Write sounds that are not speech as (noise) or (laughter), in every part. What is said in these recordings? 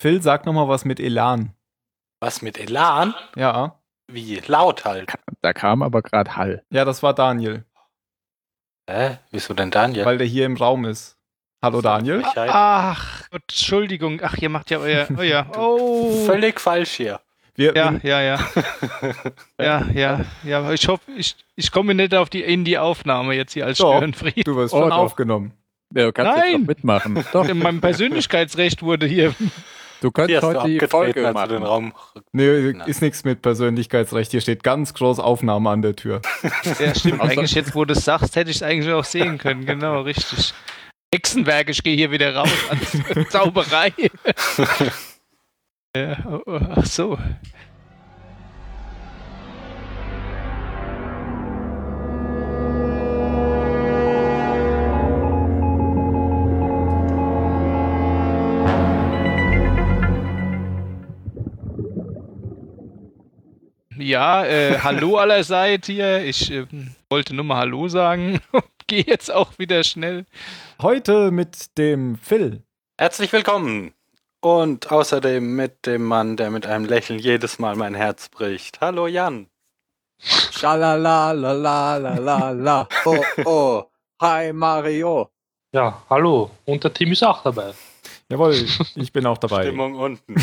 Phil, sag nochmal was mit Elan. Was mit Elan? Ja. Wie? Laut halt. Da kam aber gerade Hall. Ja, das war Daniel, Hä? Wieso denn Daniel? weil der hier im Raum ist. Hallo Daniel. Frechheit. Ach, Gott, Entschuldigung. Ach, ihr macht ja euer. euer oh. Völlig falsch hier. Wir, Ja, ja, ja. Ja, ja, ja. Ich hoffe, ich, ich komme nicht auf die, in die Aufnahme jetzt hier als Doch. Störenfried. Du wirst Oh, schon doch. aufgenommen. Ja, du kannst jetzt Nein! doch (laughs) mitmachen. Doch, Denn Mein Persönlichkeitsrecht wurde hier. du könntest Hier hast du heute die abgetreten, Folge als du den machen. Raum. Nee, Nein. ist nichts mit Persönlichkeitsrecht. Hier steht ganz groß Aufnahme an der Tür. Ja, stimmt. Außer- Eigentlich jetzt, wo du es sagst, hätte ich es eigentlich auch sehen können. Genau, richtig. Hexenwerk, ich gehe hier wieder raus an Zauberei. ja, oh, oh, ach so. Ja, äh, (laughs) hallo allerseits hier. Ich äh, wollte nur mal Hallo sagen. (laughs) Gehe jetzt auch wieder schnell. Heute mit dem Phil. Herzlich willkommen. Und außerdem mit dem Mann, der mit einem Lächeln jedes Mal mein Herz bricht. Hallo Jan. Schalalalalalala. (laughs) Oh, oh. Hi, Mario. Ja, hallo. Und der Tim ist auch dabei. Jawohl, ich bin auch dabei. (laughs) Stimmung unten.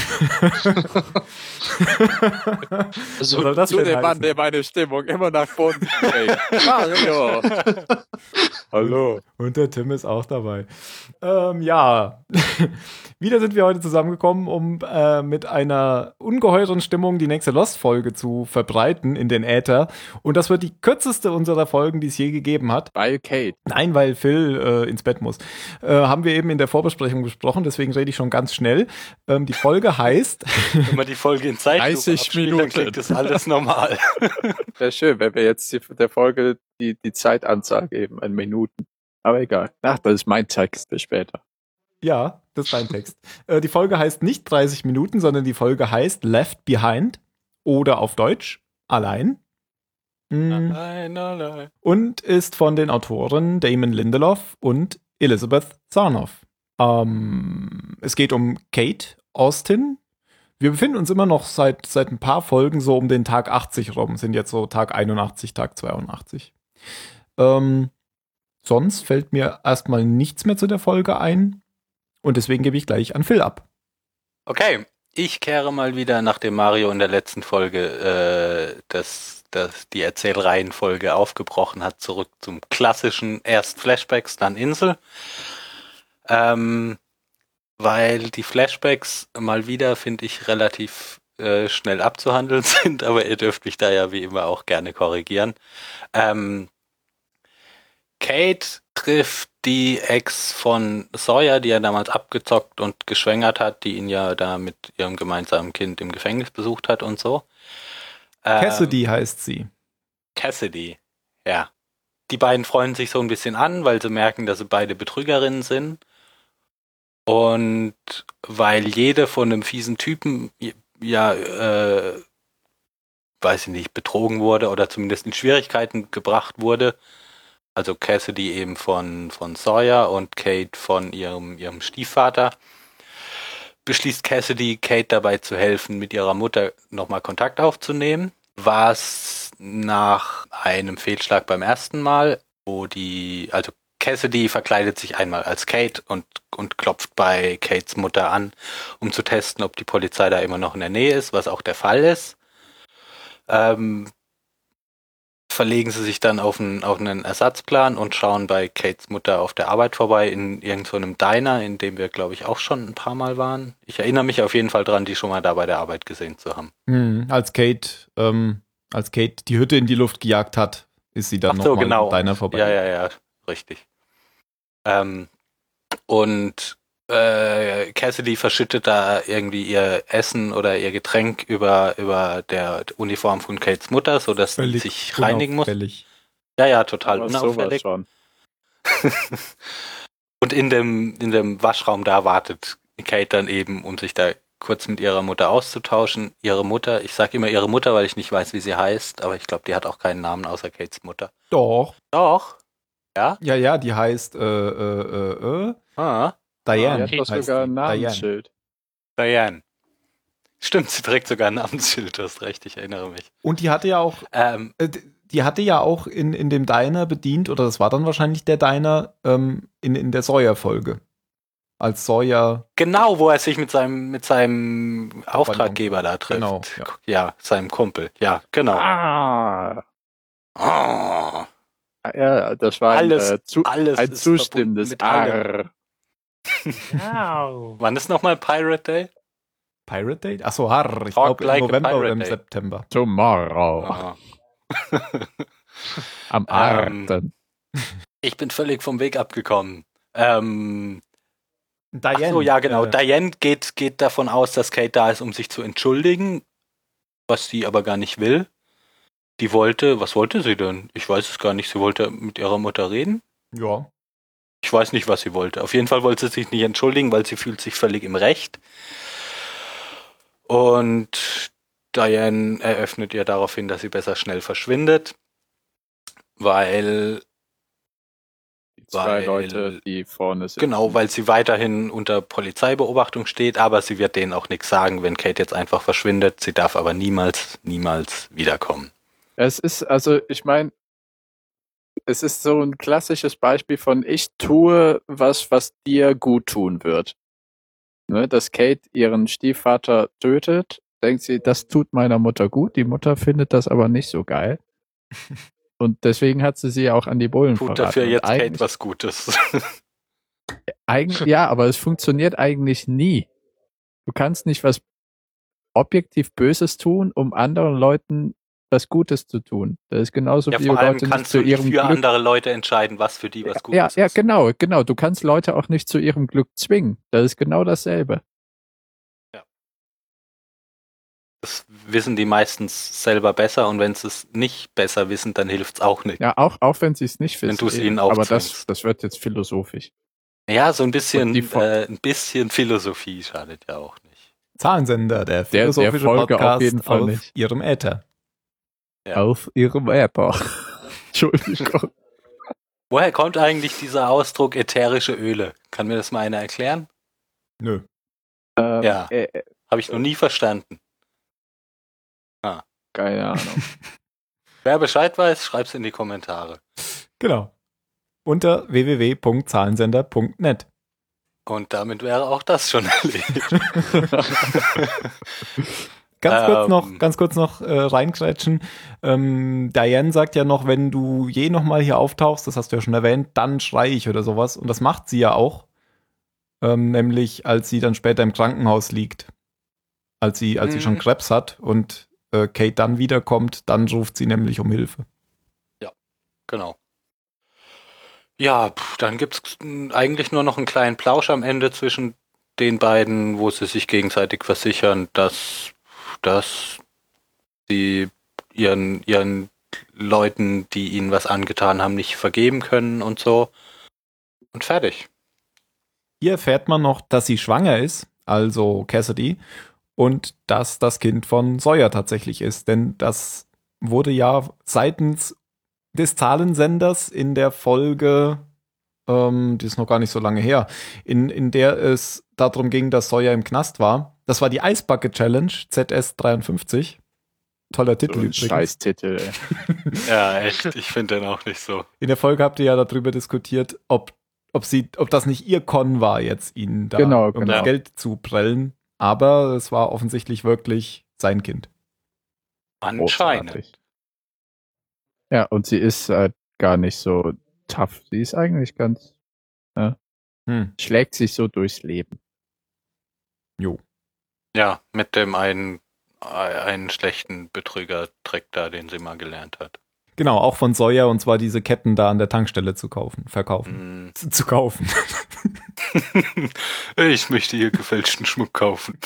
Also, Oder das Zu denn dem Mann, heißen? der meine Stimmung immer nach (laughs) unten trägt. Mario. Hallo. Und der Tim ist auch dabei. Ähm, ja, (laughs) wieder sind wir heute zusammengekommen, um äh, mit einer ungeheuren Stimmung die nächste Lost-Folge zu verbreiten in den Äther. Und das wird die kürzeste unserer Folgen, die es je gegeben hat. Bei Kate. Nein, weil Phil äh, ins Bett muss. Äh, haben wir eben in der Vorbesprechung besprochen, deswegen rede ich schon ganz schnell. Ähm, die Folge heißt, (laughs) Wenn man die Folge in Zeit 30 dann Minuten. klingt das alles (laughs) normal. Wäre schön, wenn wir jetzt die, der Folge die, die Zeitanzahl geben in Minuten. Aber egal. Ach, das ist mein Text für später. ja, das ist dein Text. Äh, die Folge heißt nicht 30 Minuten, sondern die Folge heißt Left Behind oder auf Deutsch allein. Mm, Nein, nein, nein. Und ist von den Autoren Damon Lindelof und Elizabeth Sarnoff. Ähm, es geht um Kate Austin. Wir befinden uns immer noch seit, seit ein paar Folgen so um den Tag 80 rum, sind jetzt so Tag 81, Tag 82. Ähm, sonst fällt mir erstmal nichts mehr zu der Folge ein und deswegen gebe ich gleich an Phil ab. Okay, ich kehre mal wieder, nachdem Mario in der letzten Folge äh, das, das, die Erzählreihenfolge aufgebrochen hat, zurück zum klassischen erst Flashbacks, dann Insel. Ähm, weil die Flashbacks mal wieder, finde ich, relativ äh, schnell abzuhandeln (laughs) sind, aber ihr dürft mich da ja wie immer auch gerne korrigieren. Ähm, Kate trifft die Ex von Sawyer, die er damals abgezockt und geschwängert hat, die ihn ja da mit ihrem gemeinsamen Kind im Gefängnis besucht hat und so. Ähm, Cassidy heißt sie. Cassidy, ja. Die beiden freuen sich so ein bisschen an, weil sie merken, dass sie beide Betrügerinnen sind. Und weil jede von einem fiesen Typen ja, äh, weiß ich nicht, betrogen wurde oder zumindest in Schwierigkeiten gebracht wurde. Also Cassidy eben von, von Sawyer und Kate von ihrem, ihrem Stiefvater. Beschließt Cassidy, Kate dabei zu helfen, mit ihrer Mutter nochmal Kontakt aufzunehmen was nach einem Fehlschlag beim ersten Mal, wo die, also Cassidy verkleidet sich einmal als Kate und, und klopft bei Kates Mutter an, um zu testen, ob die Polizei da immer noch in der Nähe ist, was auch der Fall ist. Ähm, verlegen sie sich dann auf einen, auf einen Ersatzplan und schauen bei Kates Mutter auf der Arbeit vorbei in irgendeinem so einem Diner, in dem wir, glaube ich, auch schon ein paar Mal waren. Ich erinnere mich auf jeden Fall dran, die schon mal da bei der Arbeit gesehen zu haben. Hm, als Kate, ähm, als Kate die Hütte in die Luft gejagt hat, ist sie dann Ach so, nochmal genau. deiner vorbei. Ja, ja, ja, richtig. Ähm, und äh, Cassidy verschüttet da irgendwie ihr Essen oder ihr Getränk über, über der Uniform von Kates Mutter, sodass sie Völlig sich reinigen muss. unauffällig. Ja, ja, total Aber unauffällig. schon. und in dem, in dem Waschraum da wartet Kate dann eben, um sich da kurz mit ihrer Mutter auszutauschen. Ihre Mutter, ich sage immer ihre Mutter, weil ich nicht weiß, wie sie heißt, aber ich glaube, die hat auch keinen Namen außer Kates Mutter. Doch. Doch. Ja, ja, die heißt äh, äh, äh, äh, Ah. Die Diane. hat doch heißt sogar ein die. Diane. Namensschild. Diane. Stimmt, sie trägt sogar ein Namensschild, du hast recht, ich erinnere mich. Und die hatte ja auch, Ähm, äh, d- die hatte ja auch in, in dem Diner bedient, oder das war dann wahrscheinlich der Diner ähm, in, in der Sawyer-Folge. Als Sawyer, genau, wo er sich mit seinem, mit seinem Auftraggeber da trifft. genau. Ja. Ja, seinem Kumpel. Ja, genau. Ah, Ah, ja, das war Alles- ein, äh, zu, alles ein ist verbunden zustimmendes mit allem. Arr. Wow. Wann ist nochmal Pirate Day? Pirate Date? Achso, har, ich Talk glaube like a im November pirate oder im date. September. Tomorrow. Ah. Am Arr. Ähm, dann. Ich bin völlig vom Weg abgekommen. Ähm, ach Diane. so, ja, genau. äh, Diane geht, geht davon aus, dass Kate da ist, um sich zu entschuldigen, was sie aber gar nicht will. Die wollte, was wollte sie denn? Ich weiß es gar nicht. Sie wollte mit ihrer Mutter reden. ja. Ich weiß nicht, was sie wollte. Auf jeden Fall wollte sie sich nicht entschuldigen, weil sie fühlt sich völlig im Recht. Und Diane eröffnet ihr daraufhin, dass sie besser schnell verschwindet, weil Die zwei weil- Leute, die vorne sind. Genau, weil sie weiterhin unter Polizeibeobachtung steht, aber sie wird denen auch nichts sagen, wenn Kate jetzt einfach verschwindet. Sie darf aber niemals, niemals wiederkommen. Es ist, also ich meine, es ist so ein klassisches Beispiel von ich tue was, was dir gut tun wird. Ne, dass Kate ihren Stiefvater tötet, denkt sie, das tut meiner Mutter gut. Die Mutter findet das aber nicht (laughs) so geil. Und deswegen hat sie sie auch an die Bullen Tut verraten. dafür Und jetzt Kate eigentlich- was Gutes. (laughs) Eigentlich, ja, aber es funktioniert eigentlich nie. Du kannst nicht was objektiv Böses tun, um anderen Leuten was Gutes zu tun. Das ist genauso ja, wie du vor allem Leute nicht kannst zu du nicht ihrem für Glück. andere Leute entscheiden, was für die was Gutes Ja, ja, ist. genau, genau. Du kannst Leute auch nicht zu ihrem Glück zwingen. Das ist genau dasselbe. Das wissen die meistens selber besser und wenn sie es nicht besser wissen, dann hilft es auch nicht. Ja. Ja, auch, auch wenn sie es nicht Wenn wissen. du es eben. ihnen Aber das, aufzwingst. das wird jetzt philosophisch. so ein bisschen, Und die Fol- äh, ein bisschen Philosophie schadet ja auch nicht. Zahlensender, der der philosophische Folge auf Podcast jeden Fall auf nicht. ihrem Äther. Ja. Auf ihrem Apple. (laughs) Entschuldigung. Woher kommt eigentlich dieser Ausdruck ätherische Öle? Kann mir das mal einer erklären? Nö. Ähm, Ja. äh, äh, Habe ich noch nie verstanden. keine Ahnung. Wer Bescheid weiß, schreib's in die Kommentare. Genau. Unter www.zahlensender.net. Und damit wäre auch das schon (laughs) erledigt. Ganz kurz Ähm. noch, ganz kurz noch äh, reinkrätschen. Ähm, Diane sagt ja noch, wenn du je nochmal hier auftauchst, das hast du ja schon erwähnt, dann schreie ich oder sowas. Und das macht sie ja auch. Ähm, nämlich, als sie dann später im Krankenhaus liegt. Als sie, als sie Mhm. schon Krebs hat und äh, Kate dann wiederkommt, dann ruft sie nämlich um Hilfe. genau. Ja, pf, dann gibt's mm, eigentlich nur noch einen kleinen Plausch am Ende zwischen den beiden, wo sie sich gegenseitig versichern, dass, dass sie ihren, ihren Leuten, die ihnen was angetan haben, nicht vergeben können und so. Und fertig. Hier erfährt man noch, dass sie schwanger ist, also Cassidy, und dass das Kind von Sawyer tatsächlich ist, denn das wurde ja seitens des Zahlensenders in der Folge, ähm, die ist noch gar nicht so lange her, in, in der es darum ging, dass Sawyer im Knast war. Das war die Eisbacke Challenge ZS53. Toller Titel so ein übrigens. Scheißtitel. ey. Ja, echt. Ich finde den auch nicht so. In der Folge habt ihr ja darüber diskutiert, ob, ob, sie, ob das nicht ihr Con war, jetzt ihnen da Genau, um genau. das Geld zu prellen. Aber es war offensichtlich wirklich sein Kind. Anscheinend. Großartig. Ja, und sie ist halt gar nicht so tough. Sie ist eigentlich ganz, Hm. schlägt sich so durchs Leben. Ja, mit dem einen, äh, einen schlechten Betrügertrick da, den sie mal gelernt hat. Genau, auch von Sawyer und zwar diese Ketten da an der Tankstelle zu kaufen, verkaufen. Hm. (laughs) Zu- Zu kaufen. (laughs) ich möchte hier gefälschten Schmuck kaufen.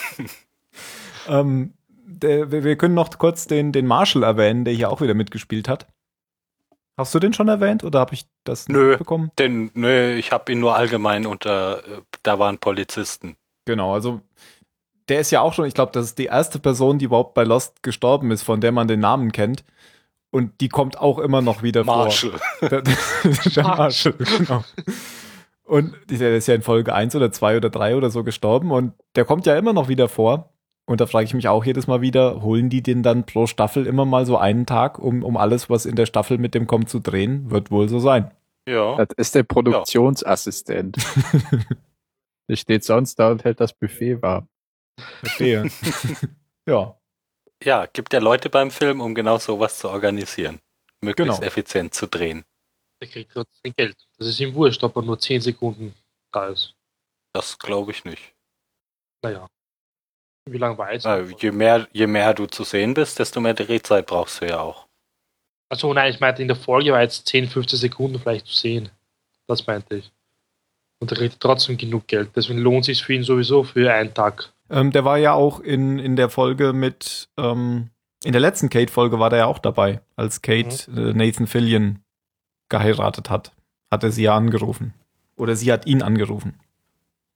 ähm, der, wir, wir können noch kurz den, den Marshall erwähnen, der hier auch wieder mitgespielt hat. Hast du den schon erwähnt oder habe ich das Nö. bekommen? Denn, nö, ich habe ihn nur allgemein unter, äh, da waren Polizisten. Genau, also der ist ja auch schon, ich glaube, das ist die erste Person, die überhaupt bei Lost gestorben ist, von der man den Namen kennt. Und die kommt auch immer noch wieder (laughs) Marshall. vor. Der, der, der Marshall, genau. Und der ist ja in Folge 1 oder 2 oder 3 oder so gestorben und der kommt ja immer noch wieder vor. Und da frage ich mich auch jedes Mal wieder, holen die den dann pro Staffel immer mal so einen Tag, um, um alles, was in der Staffel mit dem kommt, zu drehen? Wird wohl so sein. Ja. Das ist der (laughs) Produktionsassistent. der steht sonst da und hält das Buffet warm. Verstehe. ja. Ja, gibt ja Leute beim Film, um genau sowas zu organisieren. Möglichst Genau. effizient zu drehen. Der kriegt trotzdem Geld. Das ist ihm wurscht, ob er nur 10 Sekunden da ist. Das glaube ich nicht. Naja. Wie lange war es? Ah, Na, je, mehr, je mehr du zu sehen bist, desto mehr Drehzeit brauchst du ja auch. Achso, nein, ich meinte, in der Folge war jetzt 10, 15 Sekunden vielleicht zu sehen. Das meinte ich. Und er kriegt trotzdem genug Geld. Deswegen lohnt sich für ihn sowieso für einen Tag. Ähm, der war ja auch in, in der Folge mit, ähm, in der letzten Kate-Folge war der ja auch dabei, als Kate Mhm. äh, Nathan Fillion geheiratet hat. Hat er sie ja angerufen. Oder sie hat ihn angerufen.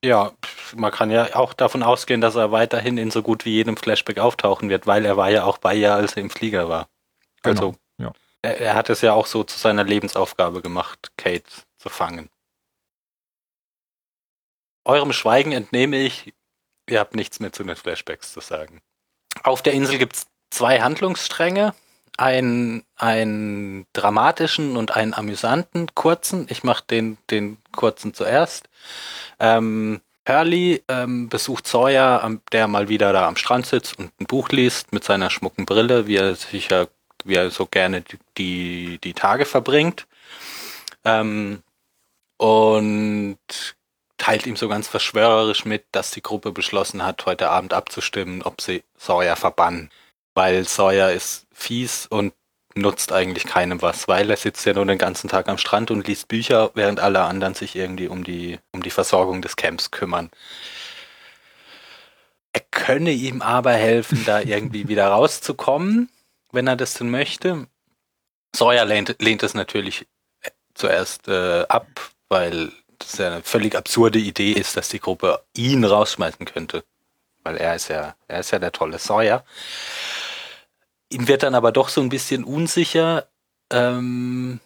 Ja, pf, man kann ja auch davon ausgehen, dass er weiterhin in so gut wie jedem Flashback auftauchen wird, weil er war ja auch bei ihr, als er im Flieger war. Also, Genau, ja. er, er hat es ja auch so zu seiner Lebensaufgabe gemacht, Kate zu fangen. Eurem Schweigen entnehme ich, ihr habt nichts mehr zu den Flashbacks zu sagen. Auf der Insel gibt es zwei Handlungsstränge. Einen, einen dramatischen und einen amüsanten kurzen. Ich mache den, den kurzen zuerst. Ähm, Hurley ähm, besucht Sawyer, am- der mal wieder da am Strand sitzt und ein Buch liest mit seiner schmucken Brille, wie er sicher, wie er so gerne die- die, die Tage verbringt. Ähm, und teilt ihm so ganz verschwörerisch mit, dass die Gruppe beschlossen hat, heute Abend abzustimmen, ob sie Sawyer verbannen. Weil Sawyer ist fies und nutzt eigentlich keinem was, weil er sitzt ja nur den ganzen Tag am Strand und liest Bücher, während alle anderen sich irgendwie um die, um die Versorgung des Camps kümmern. Er könne ihm aber helfen, da irgendwie wieder rauszukommen, wenn er das denn möchte. Sawyer lehnt, lehnt es natürlich äh, zuerst äh, ab, weil das ja eine völlig absurde Idee ist, dass die Gruppe ihn rausschmeißen könnte. Weil er ist ja, er ist ja der tolle Sawyer. Ihm wird dann aber doch so ein bisschen unsicher, ähm,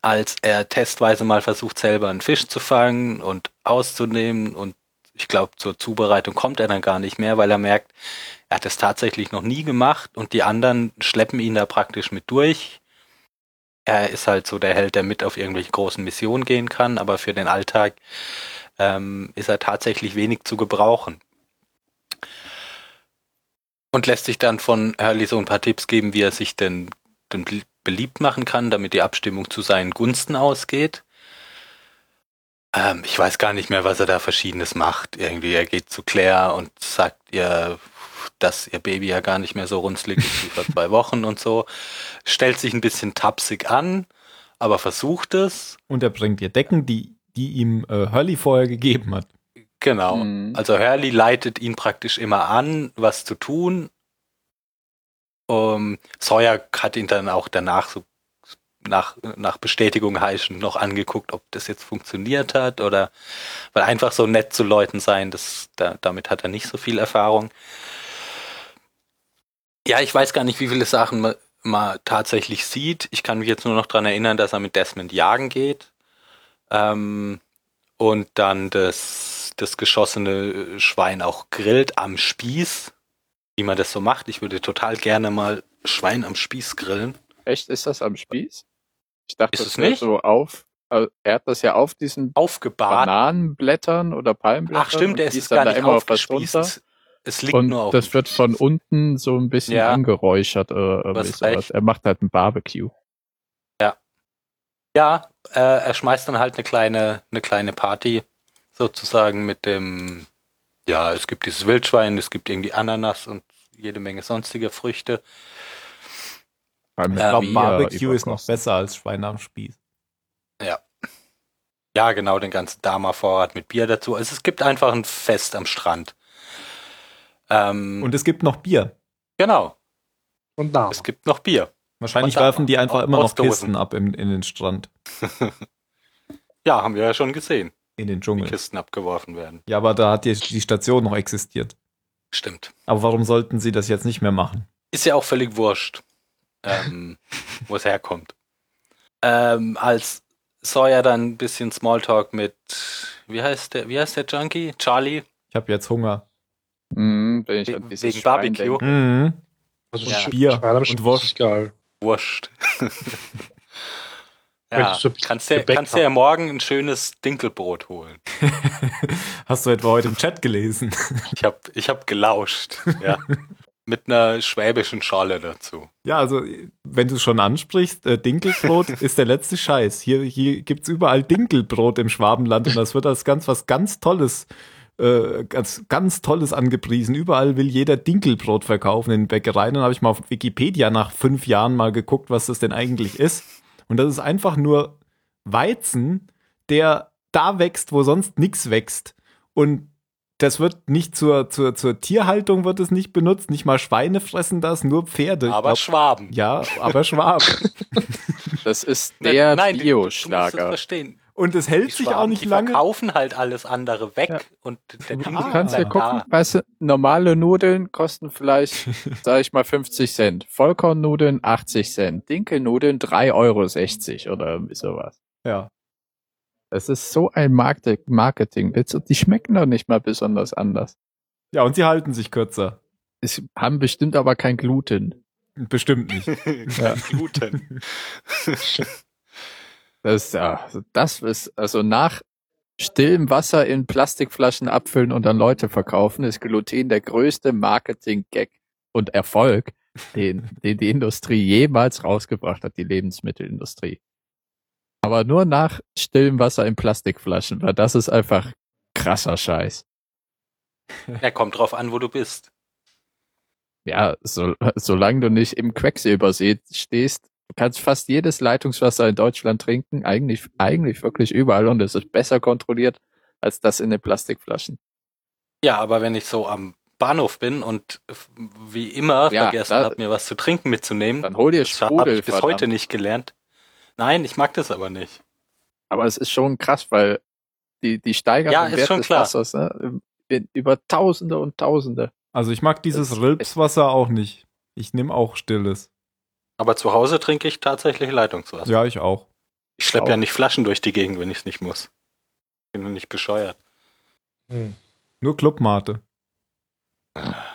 als er testweise mal versucht, selber einen Fisch zu fangen und auszunehmen. Und ich glaube, zur Zubereitung kommt er dann gar nicht mehr, weil er merkt, er hat es tatsächlich noch nie gemacht und die anderen schleppen ihn da praktisch mit durch. Er ist halt so der Held, der mit auf irgendwelche großen Missionen gehen kann, aber für den Alltag ähm, ist er tatsächlich wenig zu gebrauchen und lässt sich dann von Hurley so ein paar Tipps geben, wie er sich denn, denn bel- beliebt machen kann, damit die Abstimmung zu seinen Gunsten ausgeht. Ähm, ich weiß gar nicht mehr, was er da Verschiedenes macht. Irgendwie, er geht zu Claire und sagt ihr, dass ihr Baby ja gar nicht mehr so runzlig ist wie vor zwei Wochen und so. Stellt sich ein bisschen tapsig an, aber versucht es. Und er bringt ihr Decken, die, die ihm äh, Hurley vorher gegeben hat. Genau. Mhm. Also Hurley leitet ihn praktisch immer an, was zu tun. Ähm, Sawyer hat ihn dann auch danach so nach, nach Bestätigung heischend noch angeguckt, ob das jetzt funktioniert hat oder weil einfach so nett zu Leuten sein, das, da, damit hat er nicht so viel Erfahrung. Ja, ich weiß gar nicht, wie viele Sachen man, man tatsächlich sieht. Ich kann mich jetzt nur noch dran erinnern, dass er mit Desmond jagen geht. Ähm, und dann das, das geschossene Schwein auch grillt am Spieß, wie man das so macht. Ich würde total gerne mal Schwein am Spieß grillen. Echt, ist das am Spieß? Ich dachte, Ist es das wäre nicht? so auf. Also er hat das ja auf diesen Aufgebahrt. Bananenblättern oder Palmblättern. Ach stimmt, und der ist gießt es dann gar da nicht immer auf was runter. aufgespießt. Es liegt nur Und auf. das wird von unten so ein bisschen Ja. angeräuchert oder irgendwie hast sowas. recht. Er macht halt ein Barbecue. Ja, äh, er schmeißt dann halt eine kleine, eine kleine Party sozusagen mit dem, ja, es gibt dieses Wildschwein, es gibt irgendwie Ananas und jede Menge sonstige Früchte. Beim Ja, Aber wie, Bier Barbecue ist noch überkocht. besser als Schweine am Spieß. Ja, genau, den ganzen Dama-Vorrat mit Bier dazu. Also es gibt einfach ein Fest am Strand. Ähm, Und es gibt noch Bier. genau, Und da. es gibt noch Bier. Wahrscheinlich Und da- werfen die einfach aus- immer noch aus Dosen. Kisten ab in, in den Strand, Ja, haben wir ja schon gesehen, in den wie Dschungel. Kisten abgeworfen werden. Ja, aber da hat die, die Station noch existiert. Stimmt. Aber warum sollten sie das jetzt nicht mehr machen? Ist ja auch (laughs) völlig wurscht, ähm, wo es herkommt. Ähm, als Sawyer dann ein bisschen Smalltalk mit, wie heißt der, wie heißt der Junkie? Charlie? Ich habe jetzt Hunger. Mhm, wenn ich We- an dieses wegen Schwein Barbecue. denke. Mhm. Also Ja. Sch- Bier Schwein am und Schwanz Wurst. ist Geil. (laughs) Wurscht. ja, Möchtest du ein bisschen kannst dir Gebäck kannst dir ja haben? morgen ein schönes Dinkelbrot holen. Hast du etwa heute im Chat gelesen? Ich hab, ich (laughs) hab gelauscht, ja. Mit einer schwäbischen Schale dazu. Ja, also wenn du schon ansprichst, äh, Dinkelbrot ist der letzte Scheiß. Hier, hier gibt's überall Dinkelbrot im Schwabenland und das wird als ganz was ganz Tolles, äh, ganz, ganz Tolles angepriesen. Überall will jeder Dinkelbrot verkaufen in Bäckereien. Dann habe ich mal auf Wikipedia nach fünf Jahren mal geguckt, was das denn eigentlich ist. Und das ist einfach nur Weizen, der da wächst, wo sonst nichts wächst. Und das wird nicht zur, zur, zur Tierhaltung wird es nicht benutzt, nicht mal Schweine fressen das, nur Pferde. Ich Aber glaub, Schwaben. ja, aber Schwab. Das ist der du- Du musst es Bio-Schlager. verstehen. Und es Die hält sich auch Schwaben, nicht die lange. verkaufen halt alles andere weg Ja. und der Du Dinkel kannst ja bleibt gucken, weißt du, normale Nudeln (laughs) kosten vielleicht, sage ich mal, 50 Cent. Vollkornnudeln 80 Cent. Dinkelnudeln 3,60 Euro oder irgendwie sowas. Ja. Das ist so ein Market- Marketingwitz und die schmecken doch nicht mal besonders anders. ja, und sie halten sich kürzer. Es haben bestimmt aber kein Gluten. Bestimmt nicht. da. Kein (laughs) Gluten. Das ist, ja, das ist, also nach stillem Wasser in Plastikflaschen abfüllen und an Leute verkaufen, ist Gluten der größte Marketing-Gag und Erfolg, den, den die Industrie jemals rausgebracht hat, die Lebensmittelindustrie. Aber nur nach stillem Wasser in Plastikflaschen, weil das ist einfach krasser Scheiß. Ja, kommt drauf an, wo du bist. Ja, so, solange du nicht im Quecksilbersee stehst, du kannst fast jedes Leitungswasser in Deutschland trinken, eigentlich, eigentlich wirklich überall und es ist besser kontrolliert als das in den Plastikflaschen. Ja, aber wenn ich so am Bahnhof bin und f- wie immer Ja, vergessen da- habe, mir was zu trinken mitzunehmen, Dann hol dir Hm. das habe Sprudel. ich bis verdammt. heute nicht gelernt. Nein, ich mag das aber nicht. Aber es ist schon krass, weil die, die steigern Ja, den ist Wert schon des klar. Wassers ne? in- über Tausende und Tausende. Also ich (laughs) mag dieses Das- Rilpswasser auch nicht. Ich nehme auch stilles. Aber zu Hause trinke ich tatsächlich Leitungswasser. Ja, ich auch. Ich schleppe auch. ja nicht Flaschen durch die Gegend, wenn ich es nicht muss. Bin nur nicht bescheuert. Hm. Nur Clubmate.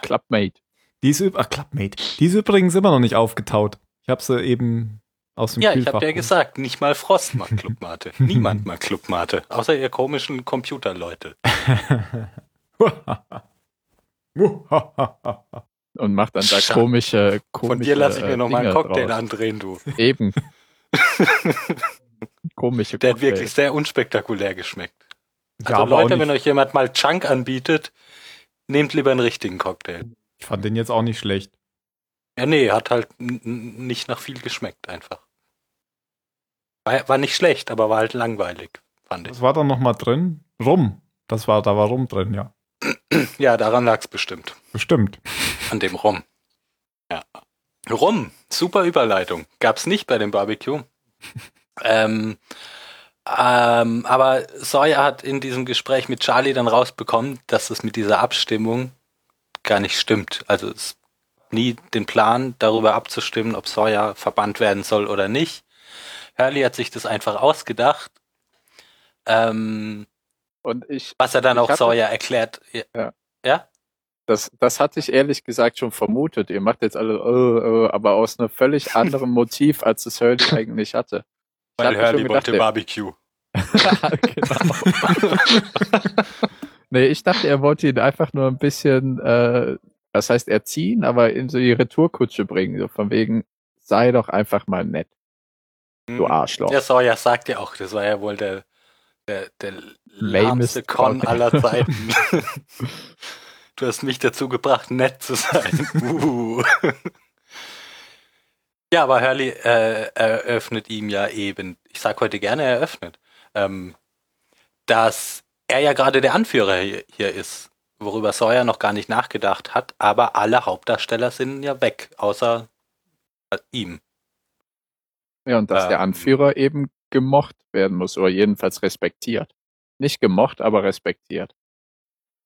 Clubmate. Die ist, üb- ach, Clubmate. Die ist übrigens immer noch nicht aufgetaut. Ich habe sie eben aus dem Ja, ich Kühlfach. habe dir gesagt, nicht mal Frost (laughs) mag Clubmate. Niemand mag Clubmate. Außer ihr komischen Computerleute. (laughs) Also Und macht dann da Schade. komische, komische. Von dir lasse ich äh, mir nochmal einen Dinger Cocktail draus. andrehen, du. (laughs) Eben. komische Der hat Cocktails. wirklich sehr unspektakulär geschmeckt. ja, Also aber auch Leute, wenn nicht, euch jemand mal Chunk anbietet, nehmt lieber einen richtigen Cocktail. ich fand den jetzt auch nicht schlecht. Ja, nee, hat halt n- n- nicht nach viel geschmeckt einfach. War, war nicht schlecht, aber war halt langweilig, fand ich. Was war da nochmal drin? Rum. Das war, da war Rum drin, ja. Ja, daran lag's bestimmt. Bestimmt. An dem Rum. Ja. Rum, super Überleitung. Gab's nicht bei dem (laughs) Barbecue. ähm, ähm, aber Sawyer hat in diesem Gespräch mit Charlie dann rausbekommen, dass es mit dieser Abstimmung gar nicht stimmt. Also es nie den Plan, darüber abzustimmen, ob Sawyer verbannt werden soll oder nicht. Hurley hat sich das einfach ausgedacht. Ähm, Und ich, was er dann Ich auch hatte- Sawyer erklärt. Ja, Das, das hatte ich ehrlich gesagt schon vermutet. Ihr macht jetzt alle, äh, äh, aber aus einem völlig anderen Motiv, als es Hurley eigentlich hatte. Ich hab Weil mir schon Hurley gedacht, wollte der- Barbecue. (laughs) genau. nee, ich dachte, er wollte ihn einfach nur ein bisschen, äh, das heißt erziehen, aber in so die Retourkutsche bringen. So von wegen, sei doch einfach mal nett, du Arschloch. Der Sawyer sagt Mhm. ja auch, das war ja wohl der, der, der lahmste Lamest Con Con. aller Zeiten. du hast mich dazu gebracht, nett zu sein. uh. Ja, aber Hurley äh, eröffnet ihm ja eben, ich sag heute gerne eröffnet, ähm, dass er ja gerade der Anführer hier, hier ist, worüber Sawyer noch gar nicht nachgedacht hat, aber alle Hauptdarsteller sind ja weg, außer äh, ihm. Ja, und dass der Ähm. Anführer eben gemocht werden muss oder jedenfalls respektiert. Nicht gemocht, aber respektiert.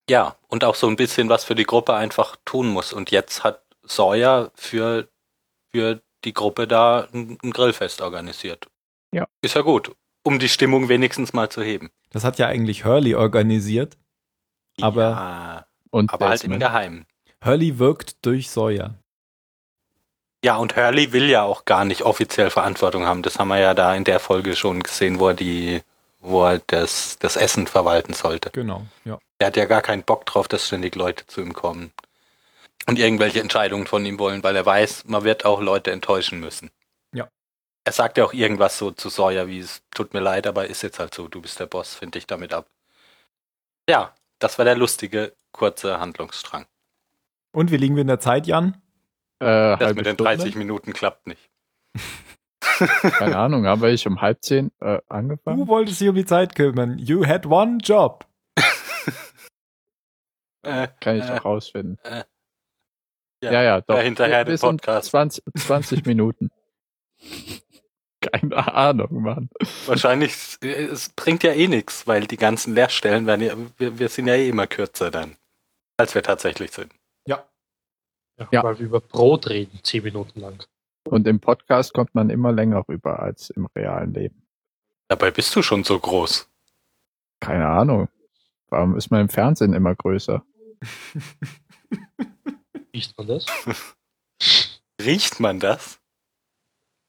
Ja, und auch so ein bisschen was für die Gruppe einfach tun muss. Und jetzt hat Sawyer für, für die Gruppe da ein, ein Grillfest organisiert. Ja. Ist ja gut. um die Stimmung wenigstens mal zu heben. Das hat ja eigentlich Hurley organisiert. Aber- ja, Und aber halt im Desmond. Geheimen. Hurley wirkt durch Sawyer. Ja, und Hurley will ja auch gar nicht offiziell Verantwortung haben. Das haben wir ja da in der Folge schon gesehen, wo er die, wo er das, das Essen verwalten sollte. Genau, ja. Er hat ja gar keinen Bock drauf, dass ständig Leute zu ihm kommen und irgendwelche Entscheidungen von ihm wollen, weil er weiß, man wird auch Leute enttäuschen müssen. Ja. Er sagt ja auch irgendwas so zu Sawyer, wie es tut mir leid, aber ist jetzt halt so, du bist der Boss, find dich damit ab. Ja, das war der lustige, kurze Handlungsstrang. Und wie liegen wir in der Zeit, Jan? Äh, Das halbe mit den Stunde? 30 Minuten klappt nicht. (laughs) Keine Ahnung, haben wir ich um halb zehn äh, Du Uh, angefangen? wolltest dich um die Zeit kümmern. You had one job. Äh, Kann ich äh, auch rausfinden. äh. Ja. ja, ja, doch. Ja, hinterher den Bis um Podcast. 20, (laughs) 20 Minuten. Keine Ahnung, Mann. Wahrscheinlich, äh, es bringt ja eh nichts, weil die ganzen Leerstellen werden ja, wir, wir sind ja eh immer kürzer dann, als wir tatsächlich sind. Ja, Ja. Weil wir über Brot reden, zehn Minuten lang. Und im Podcast kommt man immer länger rüber als im realen Leben. Dabei bist du schon so groß. Keine Ahnung. Warum ist man im Fernsehen immer größer? Riecht man das? Riecht man das? Was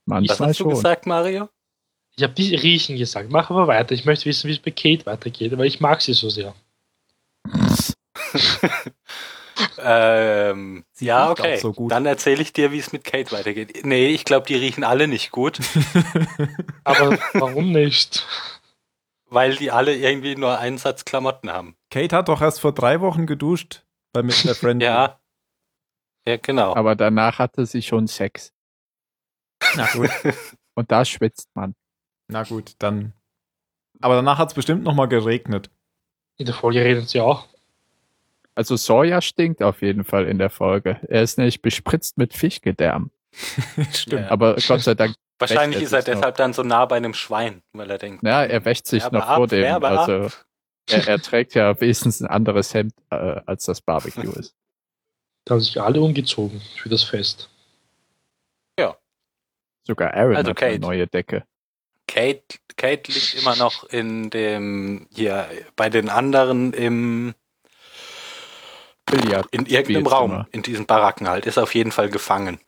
Manchmal hast du schon. gesagt, Mario? Ich habe die Riechen gesagt. Mach aber weiter. Ich möchte wissen, wie es bei Kate weitergeht, weil ich mag sie so sehr. Ähm, Sie ja, riecht okay. auch so gut. Dann erzähle ich dir, wie es mit Kate weitergeht. Nee, ich glaube, die riechen alle nicht gut, (laughs) Aber warum nicht? weil die alle irgendwie nur einen Satz Klamotten haben. Kate hat doch erst vor drei Wochen geduscht bei Mr. Friendly. Ja. Ja, genau. Aber danach hatte sie schon Sex. Na gut, Und da schwitzt man. na gut, dann. Aber danach hat es bestimmt nochmal geregnet. (laughs) In der Folge reden sie auch. Also Sawyer stinkt auf jeden Fall in der Folge. Er ist nämlich bespritzt mit Fischgedärm. Stimmt. Ja. Aber Gott sei Dank, Wahrscheinlich recht, ist er es ist deshalb dann so nah bei einem Schwein, weil er denkt, na, er wäscht sich Werbe noch vor ab, dem. Werbe ab. Also er, er trägt ja wenigstens ein anderes Hemd, äh, als das Barbecue ist. Da haben sich alle umgezogen für das Fest. Sogar Aaron Also hat eine Kate. neue Decke. Kate, Kate liegt immer noch in dem, hier, bei den anderen im, Billard. in irgendeinem Spielzimmer. Raum, in diesen Baracken halt, ist auf jeden Fall gefangen.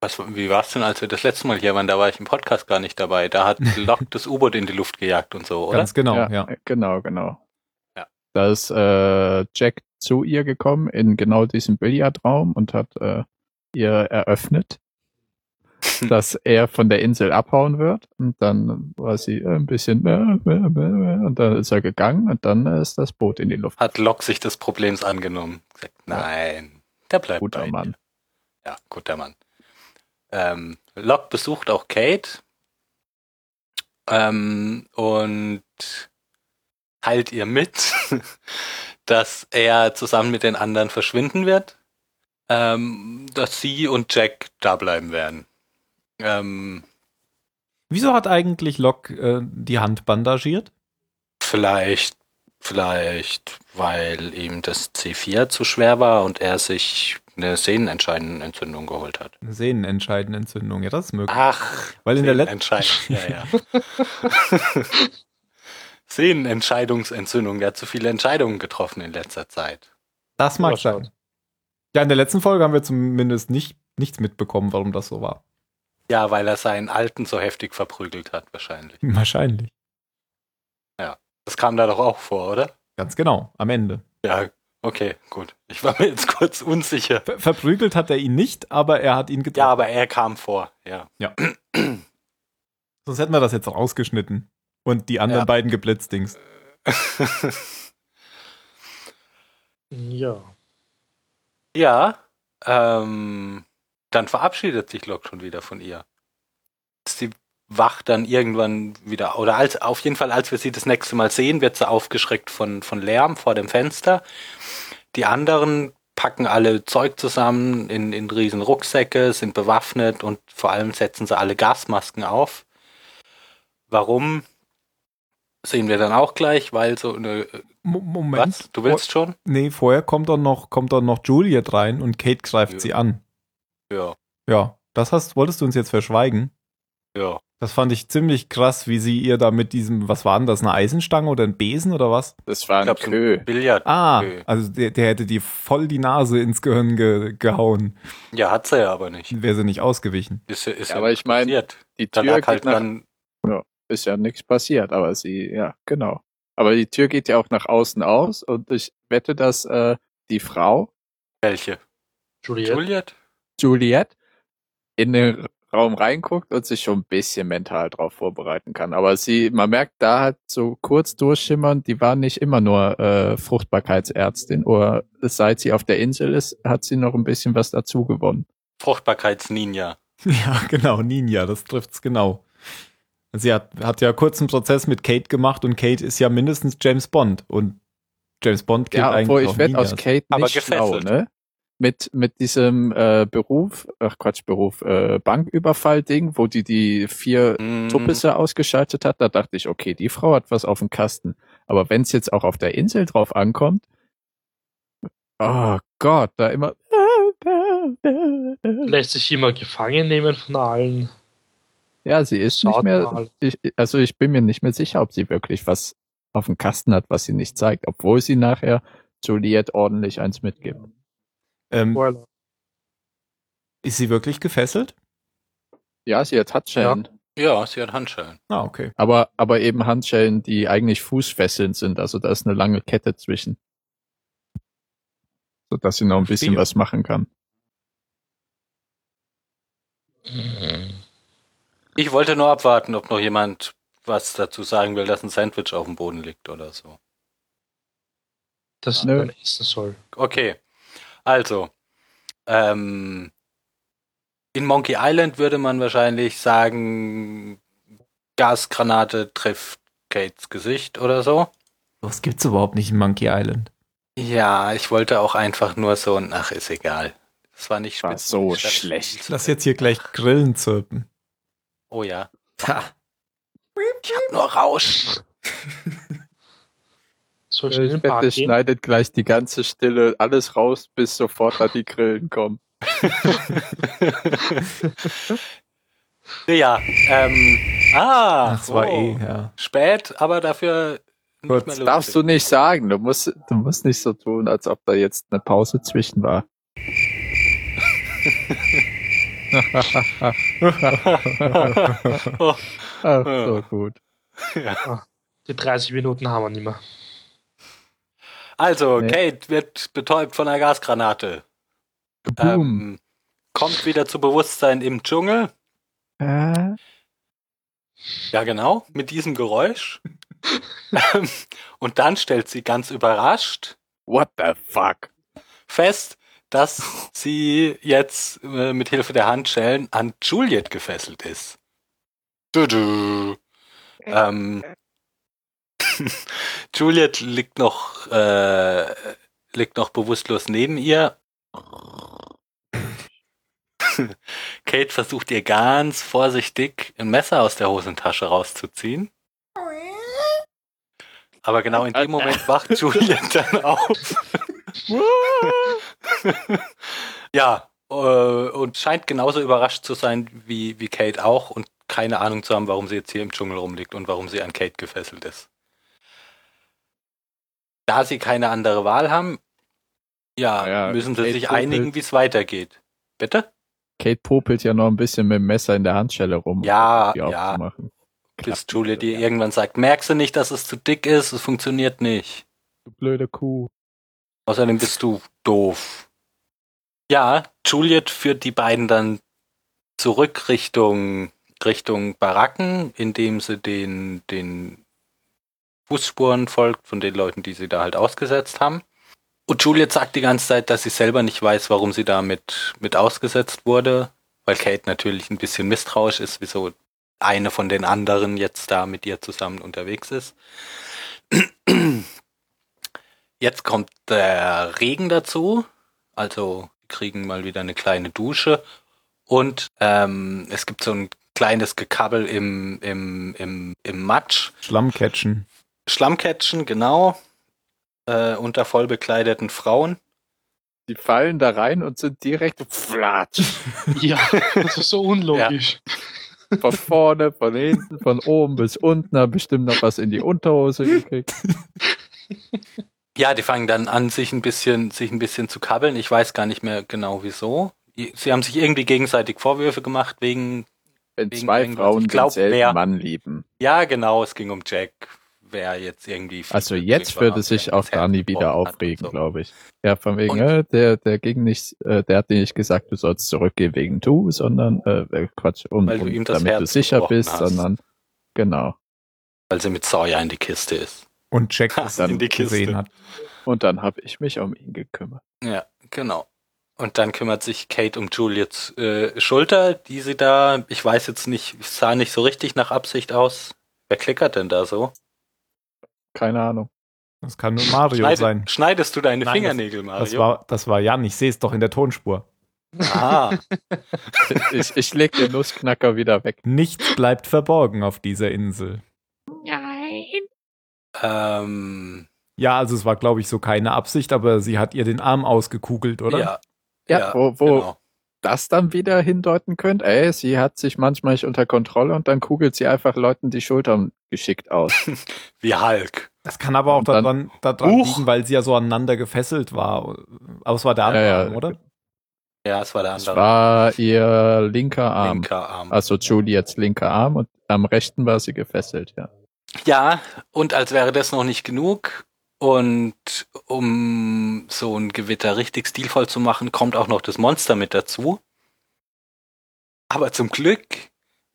Was, wie war es denn, als wir das letzte Mal hier waren? Da war ich im Podcast gar nicht dabei. Da hat Locke das U-Boot in die Luft gejagt und so, oder? Ganz genau, ja. Genau, genau. Ja. Da ist äh, Jack zu ihr gekommen in genau diesem Billardraum und hat äh, ihr eröffnet, Hm. dass er von der Insel abhauen wird. Und dann war sie äh, ein bisschen äh, äh, äh, und dann ist er gegangen und dann äh, ist das Boot in die Luft. Hat Locke sich des Problems angenommen. Gesagt, nein, der bleibt Guter bei Mann. Dir. Ja, guter Mann. Ähm, Locke besucht auch Kate. Ähm, und teilt ihr mit, (laughs) dass er zusammen mit den anderen verschwinden wird. Ähm, dass sie und Jack da bleiben werden. Ähm, Wieso hat eigentlich Locke äh, die Hand bandagiert? Vielleicht, vielleicht, weil ihm das C4 zu schwer war und er sich eine Sehnenentscheidenentzündung geholt hat. Eine Sehnenentscheidenentzündung, ja, das ist möglich. Ach, Weil in der letzten. Sehnenentscheid- ja, ja. (laughs) Sehnenentscheidungsentzündung, der hat zu viele Entscheidungen getroffen in letzter Zeit. Das mag Ja, schon. sein. Ja, in der letzten Folge haben wir zumindest nicht, nichts mitbekommen, warum das so war. Ja, weil er seinen Alten so heftig verprügelt hat, wahrscheinlich. Wahrscheinlich. Das kam da doch auch vor, oder? Ganz genau, am Ende. Ja, okay, gut. Ich war mir jetzt kurz unsicher. Ver verprügelt hat er ihn nicht, aber er hat ihn Ja, getroffen. aber er kam vor, ja. (laughs) Sonst hätten wir das jetzt rausgeschnitten. Und die anderen Ja. beiden geblitzdings. Ja. Ja, ähm, dann verabschiedet sich Locke schon wieder von ihr. Sie wacht dann irgendwann wieder, oder als, auf jeden Fall, als wir sie das nächste Mal sehen, wird sie aufgeschreckt von, von Lärm vor dem Fenster. Die anderen packen alle Zeug zusammen in, in riesen Rucksäcke, sind bewaffnet und vor allem setzen sie alle Gasmasken auf. Warum? Sehen wir dann auch gleich, weil so eine, Mo- Moment. Oh. was? Du willst schon? Vor- nee, vorher kommt dann noch, kommt dann noch Juliet rein und Kate greift Ja. sie an. Ja, Ja, das hast, wolltest du uns jetzt verschweigen. ja. Das fand ich ziemlich krass, wie sie ihr da mit diesem, was war denn das, eine Eisenstange oder ein Besen oder was? Das war ein glaub, so Kö. Billard. Ah, Nö. also der, der hätte die voll die Nase ins Gehirn ge gehauen. Ja, hat sie ja aber nicht. Wäre sie nicht ausgewichen. Ist, ist aber ich mein, passiert. Die da Tür lag halt geht nach, dann ist ja nichts passiert, aber sie, ja, genau. Aber die Tür geht ja auch nach außen aus und ich wette, dass äh, die Frau, welche? Juliette. Juliet? Juliette, in den Raum reinguckt und sich schon ein bisschen mental drauf vorbereiten kann. Aber sie, man merkt da halt so kurz durchschimmern, die war nicht immer nur äh, Fruchtbarkeitsärztin oder seit sie auf der Insel ist, hat sie noch ein bisschen was dazu gewonnen. Fruchtbarkeitsninja. (laughs) Ja, genau, Ninja, das trifft's genau. Sie hat, hat ja kurz einen Prozess mit Kate gemacht und Kate ist ja mindestens James Bond und James Bond killt Ja, obwohl eigentlich auch ich wette Ninjas. aus Kate Aber nicht schlau, gefesselt. ne? Mit, mit diesem äh, Beruf, ach Quatsch, Beruf, äh, Banküberfall-Ding, wo die die vier Mhm. Tuppisse ausgeschaltet hat, da dachte ich, okay, die Frau hat was auf dem Kasten. Aber wenn es jetzt auch auf der Insel drauf ankommt, oh Gott, da immer. (laughs) Lässt sich immer gefangen nehmen von allen. Ja, sie ist nicht Schaut mehr. mal. Ich, also ich bin mir nicht mehr sicher, ob sie wirklich was auf dem Kasten hat, was sie nicht zeigt, obwohl sie nachher Juliet ordentlich eins mitgibt. Ähm, Spoiler. ist sie wirklich gefesselt? Ja, sie hat Handschellen. Ja, sie hat Handschellen. Ah, okay. Aber, aber eben Handschellen, die eigentlich Fußfesseln sind. Also da ist eine lange Kette zwischen. Sodass sie noch ein bisschen Verstehe. was machen kann. Ich wollte nur abwarten, ob noch jemand was dazu sagen will, dass ein Sandwich auf dem Boden liegt oder so. Dass Nö. man essen soll. Okay. Also, ähm, in Monkey Island würde man wahrscheinlich sagen, Gasgranate trifft Kates Gesicht oder so. Was gibt's überhaupt nicht in Monkey Island? Ja, ich wollte auch einfach nur so ein, ach, ist egal. Das war nicht War spitzen- so statt- schlecht. Lass jetzt hier gleich Grillen zirpen. Oh ja. Ich hab nur Rausch. Soll ich in den Park Bitte gehen? schneidet gleich die ganze Stille alles raus, bis sofort da die Grillen kommen. Ja, ähm, ah, Ach, es war oh. eh, ja. Spät, aber dafür nicht Kurz. mehr Darfst du nicht sagen. Du musst, du musst nicht so tun, als ob da jetzt eine Pause zwischen war. (laughs) Oh. (laughs) Ach, so gut. Die 30 Minuten haben wir (laughs) nicht mehr. Also, Nee. Kate wird betäubt von einer Gasgranate. Boom. Ähm, kommt wieder zu Bewusstsein im Dschungel. Äh, Ja, genau, mit (laughs) diesem Geräusch. Ähm, Und dann stellt sie ganz überrascht What the fuck? fest, dass sie jetzt äh, mit Hilfe der Handschellen an Juliet gefesselt ist. Tudu. Ähm, Juliet liegt noch, äh, liegt noch bewusstlos neben ihr. Kate versucht ihr ganz vorsichtig ein Messer aus der Hosentasche rauszuziehen. Aber genau in dem (laughs) Moment wacht Juliet dann auf. ja, äh, und scheint genauso überrascht zu sein wie, wie Kate auch und keine Ahnung zu haben, warum sie jetzt hier im Dschungel rumliegt und warum sie an Kate gefesselt ist. Da sie keine andere Wahl haben, ja, Ja, müssen sie Kate sich popelt. einigen, wie es weitergeht. Bitte? Kate popelt ja noch ein bisschen mit dem Messer in der Handschelle rum. um Ja, die ja. aufzumachen. Bis Klappt Julia nicht so dir gern. irgendwann sagt, merkst du nicht, dass es zu dick ist, es funktioniert nicht. Du blöde Kuh. Außerdem bist du doof. Ja, Juliet führt die beiden dann zurück Richtung, Richtung Baracken, indem sie den, den Fußspuren folgt von den Leuten, die sie da halt ausgesetzt haben. Und Juliet sagt die ganze Zeit, dass sie selber nicht weiß, warum sie da mit, mit ausgesetzt wurde, weil Kate natürlich ein bisschen misstrauisch ist, wieso eine von den anderen jetzt da mit ihr zusammen unterwegs ist. Jetzt kommt der Regen dazu. Also wir kriegen mal wieder eine kleine Dusche. Und ähm, es gibt so ein kleines Gekabbel im, im, im, im Matsch. Schlammcatchen. Schlammcatchen, genau. Äh, unter vollbekleideten Frauen. Die fallen da rein und sind direkt flatsch. Ja, das ist so unlogisch. Von vorne, von hinten, von oben bis unten, haben bestimmt noch was in die Unterhose gekriegt. Ja, die fangen dann an, sich ein bisschen, sich ein bisschen zu kabbeln. Ich weiß gar nicht mehr genau wieso. Sie haben sich irgendwie gegenseitig Vorwürfe gemacht wegen, Wenn Wegen zwei irgendwas. Frauen Ich glaub, wer- denselben Mann lieben. ja genau, es ging um Jack, wer jetzt irgendwie. Also jetzt würde sich auch Dani wieder aufregen, glaube ich. Ja, von wegen, Und- äh, der, der ging nicht, äh, der hat dir nicht gesagt, du sollst zurückgehen wegen du, sondern äh, äh, Quatsch, um, Weil du um ihm das damit du Herz sicher gebrochen bist, hast. sondern genau. Weil sie mit Sawyer in die Kiste ist. Und (laughs) Jack es Dann in die Kiste. gesehen hat. Und dann habe ich mich um ihn gekümmert. Ja, genau. Und dann kümmert sich Kate um Juliets äh, Schulter, die sie da, ich weiß jetzt nicht, sah nicht so richtig nach Absicht aus. Wer klickert denn da so? Keine Ahnung. Das kann nur Mario Schneide- sein. Schneidest du deine Nein, Fingernägel, Das Mario? war, das war Jan, ich sehe es doch in der Tonspur. Ah, Ich, ich leg den Nussknacker wieder weg. Nichts bleibt verborgen auf dieser Insel. ähm, Ja, also es war, glaube ich, so keine Absicht, aber sie hat ihr den Arm ausgekugelt, oder? Ja, Ja, Ja, wo, wo genau. das dann wieder hindeuten könnt, ey, sie hat sich manchmal nicht unter Kontrolle und dann kugelt sie einfach Leuten die Schultern geschickt aus. Wie Hulk. Das kann aber auch Und dann- daran, daran Huch. liegen, weil sie ja so aneinander gefesselt war. Aber es war der andere, Ja, ja. Arm, oder? Ja, es war der Das andere. war ihr linker Arm. Linker Arm. genau. Also Juliets linker Arm und am rechten war sie gefesselt, ja. Ja, und als wäre das noch nicht genug. Und um so ein Gewitter richtig stilvoll zu machen, kommt auch noch das Monster mit dazu. Aber zum Glück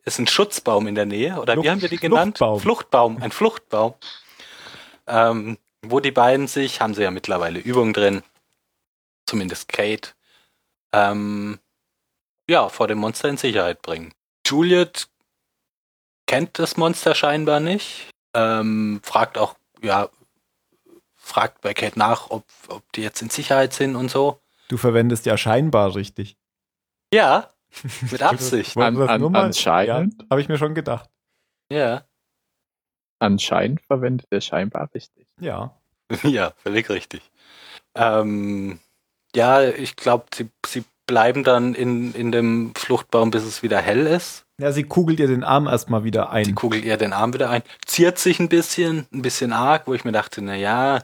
ist ein Schutzbaum in der Nähe, oder Flucht- wie haben wir die genannt? Fluchtbaum. Fluchtbaum, ein Fluchtbaum. Ähm, wo die beiden sich, haben sie ja mittlerweile Übung drin, zumindest Kate, ähm, ja, vor dem Monster in Sicherheit bringen. Juliet kennt das Monster scheinbar nicht, ähm, fragt auch, ja, fragt bei Kate nach, ob, ob die jetzt in Sicherheit sind und so. Du verwendest ja scheinbar richtig. Ja, mit Absicht. Wollen wir das nur mal- anscheinend, Ja, habe ich mir schon gedacht. ja. anscheinend verwendet er scheinbar richtig. Ja. Ja, völlig richtig. Ähm, ja, ich glaube, sie, sie bleiben dann in, in dem Fluchtbaum, bis es wieder hell ist. Ja, sie kugelt ihr den Arm erstmal wieder Sie ein. kugelt ihr den Arm wieder ein, ziert sich ein bisschen, ein bisschen arg, wo ich mir dachte, na ja,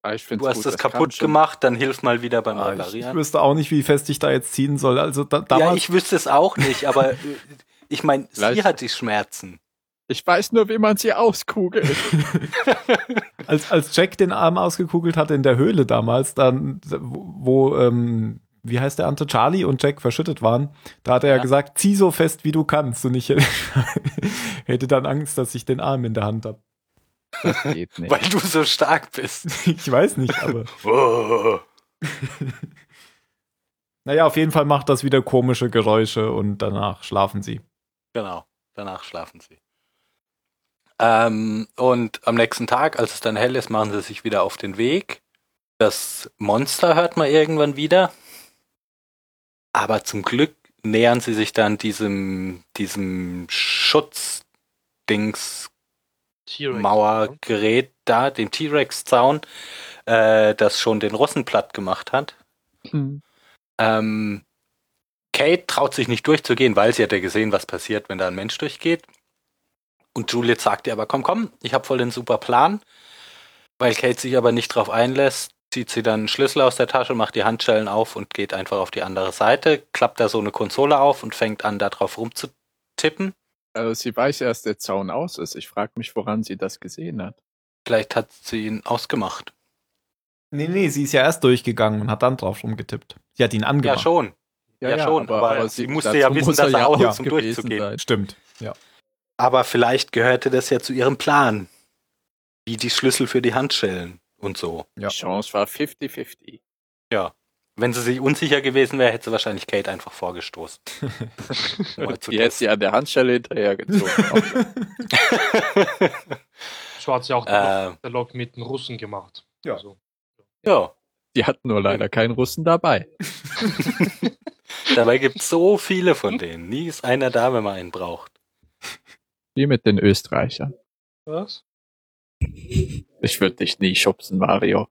Ah, ich find's Du hast gut, das, kam kaputt schon. gemacht, dann hilf mal wieder beim Ah, ich, ich Reparieren. wüsste auch nicht, wie fest ich da jetzt ziehen soll. Also da, ja, damals, ich wüsste es auch nicht, aber äh, ich meine, sie Leicht. hat die Schmerzen. Ich weiß nur, wie man sie (laughs) auskugelt. als, als Jack den Arm ausgekugelt hatte in der Höhle damals, dann, wo, wo, ähm, wie heißt der Ante, Charlie und Jack verschüttet waren, da hat er ja, Ja. gesagt, zieh so fest, wie du kannst. Und ich (laughs) hätte dann Angst, dass ich den Arm in der Hand habe. Das geht nicht. Weil du so stark bist. (laughs) Ich weiß nicht, (laughs) aber. (laughs) Oh. Naja, auf jeden Fall macht das wieder komische Geräusche und danach schlafen sie. Genau, danach schlafen sie. Ähm, und am nächsten Tag, als es dann hell ist, machen sie sich wieder auf den Weg. Das Monster hört man irgendwann wieder. Aber zum Glück nähern sie sich dann diesem, diesem Schutzdings T-Rex. Mauergerät da, dem T-Rex-Zaun, äh, das schon den Russen platt gemacht hat. Hm. Ähm, Kate traut sich nicht durchzugehen, weil sie hat ja gesehen, was passiert, wenn da ein Mensch durchgeht. Und Juliet sagt ihr aber, komm, komm, ich habe voll den super Plan. Weil Kate sich aber nicht drauf einlässt, zieht sie dann einen Schlüssel aus der Tasche, macht die Handschellen auf und geht einfach auf die andere Seite, klappt da so eine Konsole auf und fängt an, da drauf rumzutippen. Also sie weiß erst, der Zaun aus ist. Ich frage mich, woran sie das gesehen hat. Vielleicht hat sie ihn ausgemacht. Nee, nee, sie ist ja erst durchgegangen und hat dann drauf rumgetippt. Sie hat ihn Ja, angemacht. schon. Ja, schon, aber sie musste ja dazu wissen, (laughs) muss dass er er aus ja ist, um gewesen durchzugehen. sein. Stimmt. Ja. Aber vielleicht gehörte das ja zu ihrem Plan. Wie die Schlüssel für die Handschellen und so. Ja. Die Chance war 50-50. Wenn sie sich unsicher gewesen wäre, hätte sie wahrscheinlich Kate einfach vorgestoßen. Um mal zu Die hätte sie an der (laughs) Handstelle hinterhergezogen. testen. So hat sie auch den äh, Dialog mit den Russen gemacht. Ja. Also, ja, die hatten nur leider keinen Russen dabei. dabei gibt es so viele von denen. Nie ist einer da, wenn man einen braucht. Wie mit den Österreichern. was? Ich würde dich nie schubsen, Mario.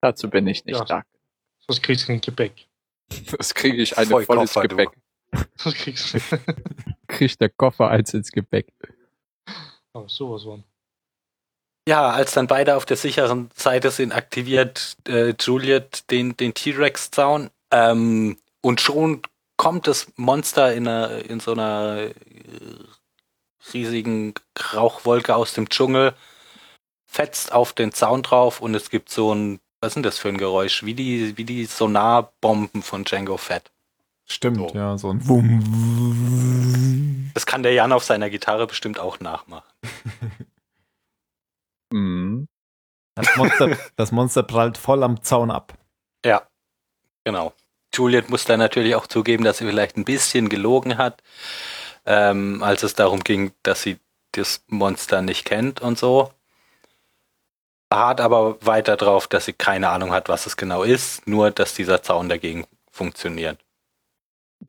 Dazu bin ich nicht Ja. stark. Sonst kriegst du kein Gepäck. Das kriege ich eine Voll volles Koffer, du. Gepäck. Sonst kriegst du. kriegt der Koffer eins ins Gepäck. Aber Oh, sowas von. Ja, als dann beide auf der sicheren Seite sind, aktiviert äh, Juliet den, den T-Rex-Zaun ähm, und schon kommt das Monster in, einer, in so einer äh, riesigen Rauchwolke aus dem Dschungel, fetzt auf den Zaun drauf und es gibt so ein, was ist denn das für ein Geräusch? Wie die, wie die Sonarbomben von Django Fett. Stimmt, So. ja, so ein Wumm. Das kann der Jan auf seiner Gitarre bestimmt auch nachmachen. Mhm. Das Monster, das Monster prallt voll am Zaun ab. Ja, genau. Juliet muss dann natürlich auch zugeben, dass sie vielleicht ein bisschen gelogen hat, ähm, als es darum ging, dass sie das Monster nicht kennt und so. Beharrt aber weiter drauf, dass sie keine Ahnung hat, was es genau ist, nur dass dieser Zaun dagegen funktioniert.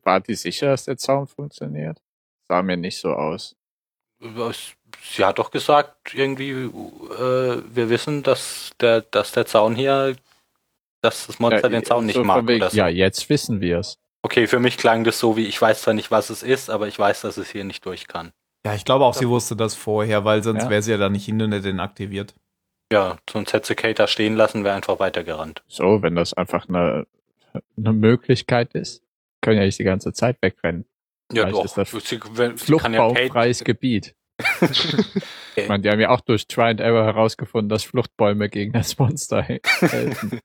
War die sicher, dass der Zaun funktioniert? Sah mir nicht so aus. Was- Sie hat doch gesagt, irgendwie, äh, wir wissen, dass der, dass der Zaun hier, dass das Monster Ja, den Zaun nicht so mag. von wegen, oder so. Ja, jetzt wissen wir es. Okay, für mich klang das so wie, ich weiß zwar nicht, was es ist, aber ich weiß, dass es hier nicht durch kann. Ja, ich glaube auch, sie wusste das vorher, weil sonst Ja. wäre sie ja da nicht hin und hätte den aktiviert. Ja, sonst hätte sie Kate da stehen lassen, wäre einfach weitergerannt. So, wenn das einfach eine, Eine Möglichkeit ist, können ja nicht die ganze Zeit wegrennen. Ja, Vielleicht doch. ist das sie, wenn, sie kann ja Kate, Fluchtbaumfreies (laughs) Gebiet. ich meine, die haben ja auch durch Try and Error herausgefunden, dass Fluchtbäume gegen das (laughs) Monster he- helfen.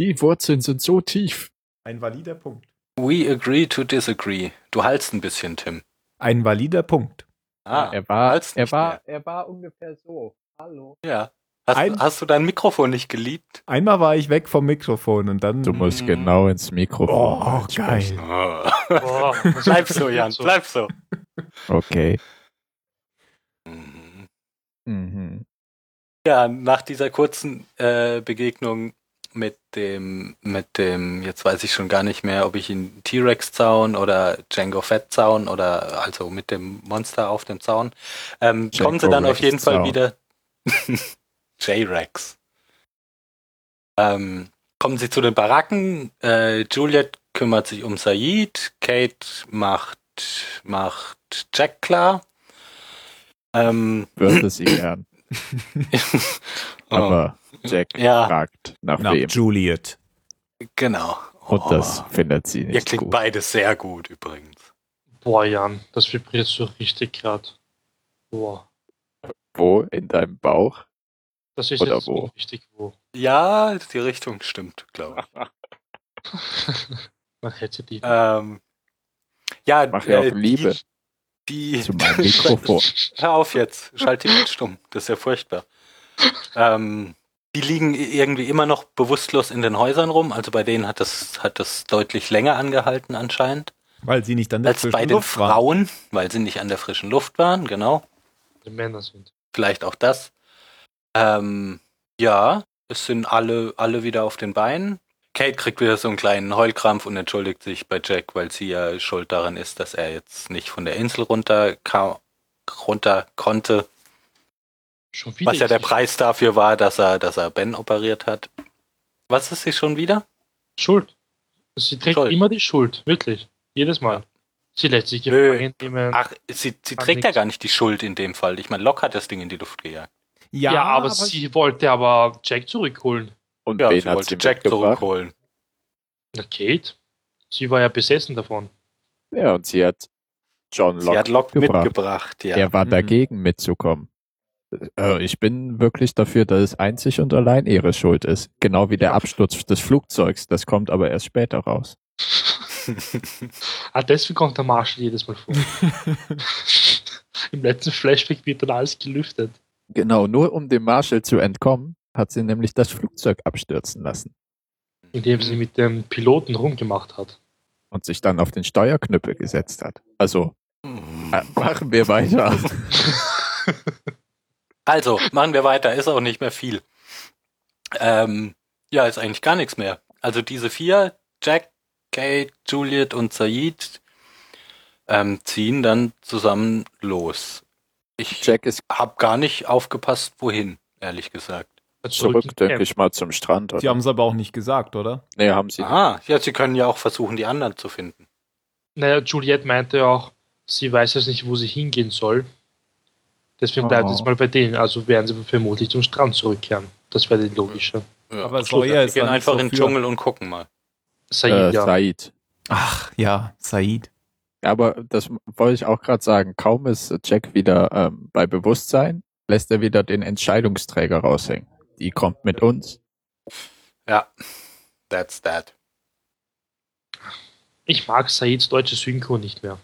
die Wurzeln sind so tief. Ein valider Punkt. we agree to disagree. Du haltst ein bisschen, Tim. Ein valider Punkt. Ah, er war, als er nicht war, er war ungefähr so. Hallo. ja. Hast, Ein- hast du dein Mikrofon nicht geliebt? Einmal war ich weg vom Mikrofon und dann. Du musst Mhm. genau ins Mikrofon. oh, geil. Boah, (laughs) was (laughs) bleib (laughs) so, Jan, so. bleib so. Okay. Mhm. Mhm. Ja, nach dieser kurzen äh, Begegnung mit dem, mit dem, jetzt weiß ich schon gar nicht mehr, ob ich ihn T-Rex-Zaun oder Django Fett-Zaun oder also mit dem Monster auf dem Zaun, ähm, Django kommen sie dann auf jeden Fall Rex-Zaun. wieder. (laughs) J-Rex. Ähm, kommen sie zu den Baracken. Äh, Juliet kümmert sich um Said. Kate macht, macht Jack klar. Ähm, Würde sie gern. oh, Aber Jack ja. fragt nach Na, wem. Juliet. Genau. Und das Oh. findet sie Ihr nicht klingt gut. beides sehr gut übrigens. Boah, Jan, das vibriert so richtig grad. Boah, Wo? In deinem Bauch? das ist Oder jetzt wo? richtig wo. (laughs) Ja, die Richtung stimmt, glaube ich. Man hätte die. ähm, ja, äh, Mach ja auch Liebe Die, (laughs) zu (laughs) meinem Mikrofon. Hör auf jetzt, schalte die stumm. Das ist ja furchtbar. ähm, die liegen irgendwie immer noch bewusstlos in den Häusern rum. Also bei denen hat das, hat das deutlich länger angehalten anscheinend. Weil sie nicht an der Als frischen bei den Luft war. Frauen, weil sie nicht an der frischen Luft waren, genau. die Männer sind. vielleicht auch das. Ähm, ja, es sind alle, alle wieder auf den Beinen. Kate kriegt wieder so einen kleinen Heulkrampf und entschuldigt sich bei Jack, weil sie ja schuld daran ist, dass er jetzt nicht von der Insel runter, kam, runter konnte. Schon wieder. Was ja der jetzt- Preis dafür war, dass er, dass er Ben operiert hat. Was ist sie schon wieder? Schuld. Sie trägt Schuld. immer die Schuld, wirklich. Jedes Mal. Sie lässt sich Nö. gefangen nehmen. Ach, sie, sie Hat trägt ja nix. gar nicht die Schuld in dem Fall. Ich meine, Locke hat das Ding in die Luft gejagt. Ja, aber, sie wollte aber Jack zurückholen. Und Ja, wen sie hat sie wollte Jack mitgebracht? zurückholen. Na, Kate? Sie war ja besessen davon. Ja, und sie hat John Sie hat Locke. Locke mitgebracht. mitgebracht, ja. (laughs) Er war Mhm. dagegen mitzukommen. Äh, Ich bin wirklich dafür, dass es einzig und allein ihre Schuld ist. Genau wie der Absturz des Flugzeugs. Das kommt aber erst später raus. Ah, deswegen kommt der Marshall jedes Mal (laughs) vor. Im letzten Flashback wird dann alles gelüftet. Genau, nur um dem Marshall zu entkommen, hat sie nämlich das Flugzeug abstürzen lassen Indem Mhm. sie mit dem Piloten rumgemacht hat. und sich dann auf den Steuerknüppel gesetzt hat. Also, äh, machen wir weiter. Also, machen wir weiter. Ist auch nicht mehr viel. Ähm, ja, ist eigentlich gar nichts mehr. Also diese vier, Jack, Kate, Juliet und Said, ähm, ziehen dann zusammen los. Ich (laughs) Jack ist hab gar nicht aufgepasst, wohin, ehrlich gesagt. Hat zurück, zurück- denke ich mal, zum Strand. Sie Oder? haben es aber auch nicht gesagt, oder? Nee, haben sie. Aha, ja, sie können ja auch versuchen, die anderen zu finden. Naja, Juliet meinte ja auch, Sie weiß jetzt nicht, wo sie hingehen soll. Deswegen bleibt Oh. es mal bei denen. Also werden sie vermutlich zum Strand zurückkehren. Das wäre die logische. Aber Wir Sawyer ist gehen dann einfach so in den für- Dschungel und gucken mal. Said, äh, ja. Said. Ach ja, Said. Aber das wollte ich auch gerade sagen. Kaum ist Jack wieder ähm, bei Bewusstsein, lässt er wieder den Entscheidungsträger raushängen. Die kommt mit uns. Ja, that's that. Ich mag Saids deutsche Synchro nicht mehr.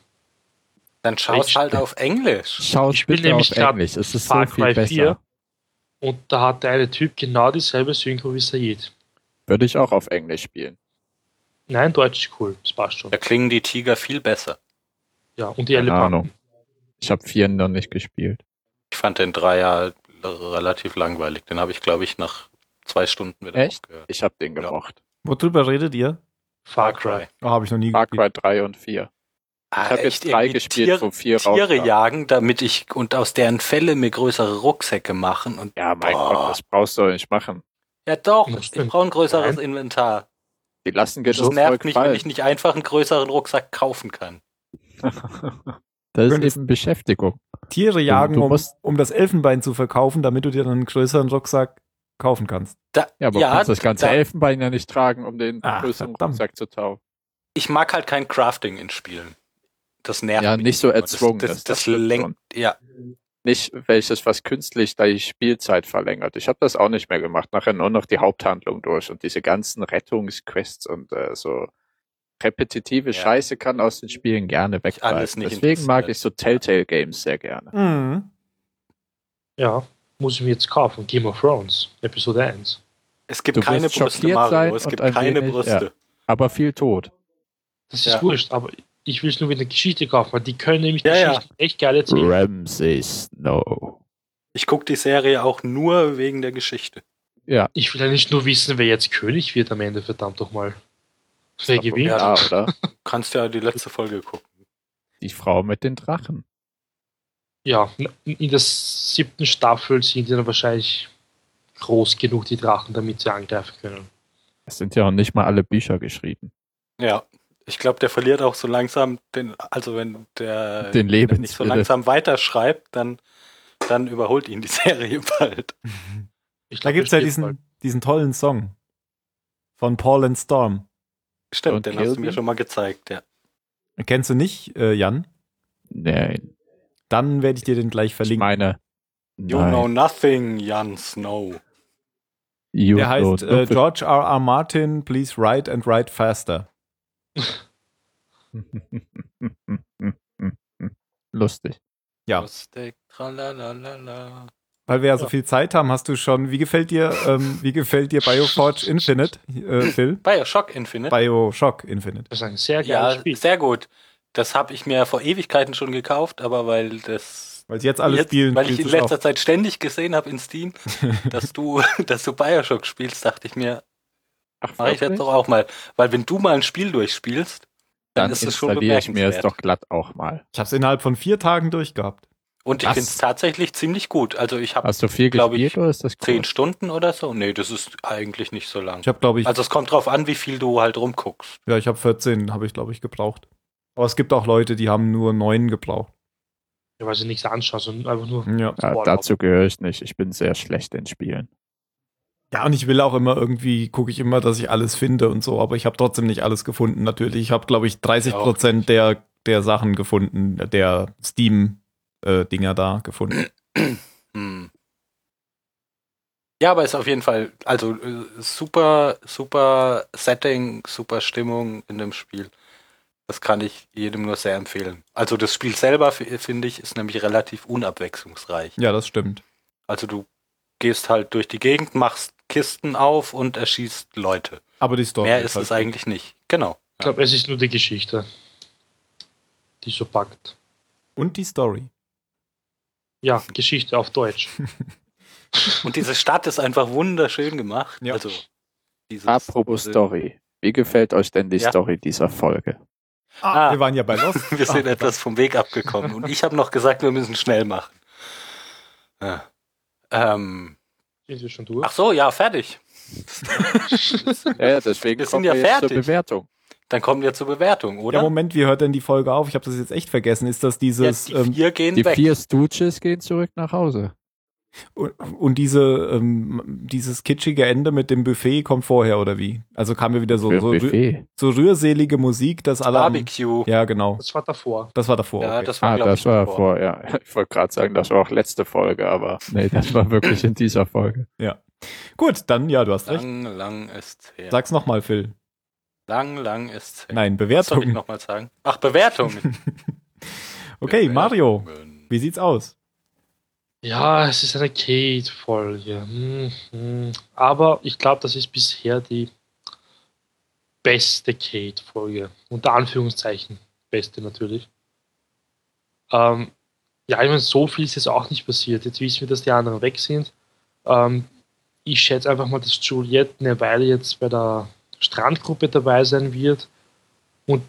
Dann schaust Ich- halt auf Englisch. Schaut Ich bin bitte nämlich auf grad Englisch. Es ist so Far viel Cry besser. 4 und da hat der eine Typ genau dieselbe Synchro wie Said. Würde ich auch auf Englisch spielen. Nein, Deutsch ist cool. Das passt schon. Da klingen die Tiger viel besser. Ja, und die Keine Elefanten. Ahnung. Ich habe vier noch nicht gespielt. Ich fand den Dreier relativ langweilig. Den habe ich, glaube ich, nach zwei Stunden wieder Echt? aufgehört. Ich habe den Ja. gemocht. Worüber redet ihr? Far Cry. Oh, habe ich noch nie Far gespielt. Cry 3 und 4. Ah, Ich habe jetzt echt, drei irgendwie gespielt, Tiere, wo vier Tiere rauskamen. jagen, damit ich und aus deren Felle mir größere Rucksäcke machen. Und Ja, mein Boah. Gott, das brauchst du nicht machen. ja doch, Das ich stimmt. brauche ein größeres Inventar. Die lassen Das genug nervt mich, wenn fallen. ich nicht einfach einen größeren Rucksack kaufen kann. Das ist Könntest- eben Beschäftigung. Tiere jagen, Du um, musst- um das Elfenbein zu verkaufen, damit du dir dann einen größeren Rucksack kaufen kannst. Da, Ja, aber du kannst das ganze da, Elfenbein ja nicht tragen, um den Ah, größeren verdammt. Rucksack zu tauchen. ich mag halt kein Crafting in Spielen. Das nervt Ja, mich. nicht so immer. erzwungen. Das, das, das- das, das stimmt lenkt, ja. Nicht welches, was künstlich die Spielzeit verlängert. Ich habe das auch nicht mehr gemacht. Nachher nur noch die Haupthandlung durch und diese ganzen Rettungsquests und äh, so repetitive Ja. Scheiße kann aus den Spielen gerne alles wegbleiben. nicht Deswegen mag interessiert. ich so Telltale Games sehr gerne. Mhm. Ja, muss ich mir jetzt kaufen. Game of Thrones, Episode 1. Es gibt Du keine wirst Brüste, schockiert Mario. sein es und gibt ein keine wenig- Brüste. Aber viel Tod. Das ist Ja. wurscht, aber ich will es nur mit der Geschichte kaufen, weil die können nämlich Ja, ja. Geschichten echt geil erzählen. Ramsay Snow. Ich gucke die Serie auch nur wegen der Geschichte. Ja. Ich will ja nicht nur wissen, wer jetzt König wird am Ende, verdammt doch mal. Wer gewinnt? Ja, oder? Du kannst ja die letzte Folge gucken. (laughs) Die Frau mit den Drachen. Ja, in in der siebten Staffel sind die dann wahrscheinlich groß genug, die Drachen, damit sie angreifen können. Es sind ja auch nicht mal alle Bücher geschrieben. Ja. Ich glaube, der verliert auch so langsam den, also wenn der Den wenn er nicht so Lebenswille. langsam weiterschreibt, dann, dann überholt ihn die (laughs) Serie bald. Ich Da glaub, halt gibt es ja das geht mal. diesen, diesen tollen Song von Paul and Storm. Stimmt, Und den hast du mir Kirby? schon mal gezeigt, ja. Kennst du nicht, äh, Jan? Nein. Dann werde ich dir den gleich Ich verlinken. meine. You know nothing, Jon Snow. you Der heißt know äh, George R. R. Martin, Please Write and Write Faster. äh, (laughs) Lustig. Ja. Lustig, tralalala. Weil wir ja, so viel Zeit haben, hast du schon. Wie gefällt dir, ähm, wie gefällt dir Bioforge Infinite, äh, Phil? Bioshock Infinite. Bioshock Infinite. Das ist ein sehr geiles ja, Spiel. sehr gut. Das habe ich mir vor Ewigkeiten schon gekauft, aber weil das Weil sie jetzt alle jetzt, spielen. weil ich in spielst du letzter auch. Zeit ständig gesehen habe in (laughs) Steam, dass du, dass du Bioshock spielst, dachte ich mir, Ach, mache ich jetzt doch auch mal. Weil wenn du mal ein Spiel durchspielst, dann, Dann ist es schon installiere ich mir es bemerkenswert. doch glatt auch mal. Ich habe es innerhalb von vier Tagen durchgehabt. Und ich Was? finde es tatsächlich ziemlich gut. Also ich habe Hast du viel Glaub gespielt ich, oder ist das zehn gut? Stunden oder so. Nee, das ist eigentlich nicht so lang. Ich habe, glaube ich, Also es kommt drauf an, wie viel du halt rumguckst. ja, ich habe 14, habe ich, glaube ich, gebraucht. Aber es gibt auch Leute, die haben nur neun gebraucht. Ja, weil sie nichts anschauen, sondern einfach nur. Ja. Ja, Boah, Ah, dazu gehöre ich nicht. Ich bin sehr schlecht in Spielen. Ja, und ich will auch immer irgendwie, gucke ich immer, dass ich alles finde und so, aber ich habe trotzdem nicht alles gefunden, natürlich. Ich habe, glaube ich, 30 Prozent der, der Sachen gefunden, der Steam-Dinger da (clears throat) gefunden. Hm. Ja, aber ist auf jeden Fall, also äh, super, super Setting, super Stimmung in dem Spiel. Das kann ich jedem nur sehr empfehlen. Also das Spiel selber, f- finde ich, ist nämlich relativ unabwechslungsreich. Ja, das stimmt. Also du gehst halt durch die Gegend, machst Kisten auf und erschießt Leute. Aber die Story. halt Mehr ist es eigentlich nicht. Genau. Ich glaube, es ist nur die Geschichte, die so packt. Und die Story. Ja, Geschichte auf Deutsch. Und diese Stadt ist einfach wunderschön gemacht. Ja. Also dieses, Apropos diese- Story. Wie gefällt euch denn die Ja. Story dieser Folge? Ah, Ah. wir waren ja bei (laughs) Lost. Wir sind Ah, etwas vom Weg abgekommen. Und ich habe noch gesagt, wir müssen schnell machen. Ja. Ähm, Sind wir schon durch? ach so, ja, fertig. (laughs) Ja, deswegen Wir sind kommen ja wir jetzt zur fertig. Bewertung. Dann kommen wir zur Bewertung, oder? Ja, Moment, wie hört denn die Folge auf? Ich habe das jetzt echt vergessen. Ist das dieses ja, die ähm, vier gehen Die weg. vier Stooges gehen zurück nach Hause. und, und diese ähm, dieses kitschige Ende mit dem Buffet kommt vorher oder wie? Also kam mir wieder so so, rü Buffet. so rührselige Musik, dass alle am- Barbecue. Ja, genau. Das war davor. Das war davor. Ja, okay. das war, Ah, glaub das ich, war davor. vor, ja. (laughs) Ich wollte gerade sagen, das war auch letzte Folge, aber nee, das war wirklich in dieser Folge. Gut, dann ja, du hast recht. Lang, lang ist's her. Sag's noch mal, Phil. Lang, lang ist's her. Nein, Was soll ich Bewertung. nochmal sagen? Ach, Bewertung. (laughs) Oh, Okay, Mario, Bewertungen. wie sieht's aus? Ja, es ist eine Kate-Folge. Hm, hm. Aber ich glaube, das ist bisher die beste Kate-Folge. Unter Anführungszeichen. Beste natürlich. Ähm, ja, ich meine, so viel ist jetzt auch nicht passiert. Jetzt wissen wir, dass die anderen weg sind. Ähm, ich schätze einfach mal, dass Juliette eine Weile jetzt bei der Strandgruppe dabei sein wird. Und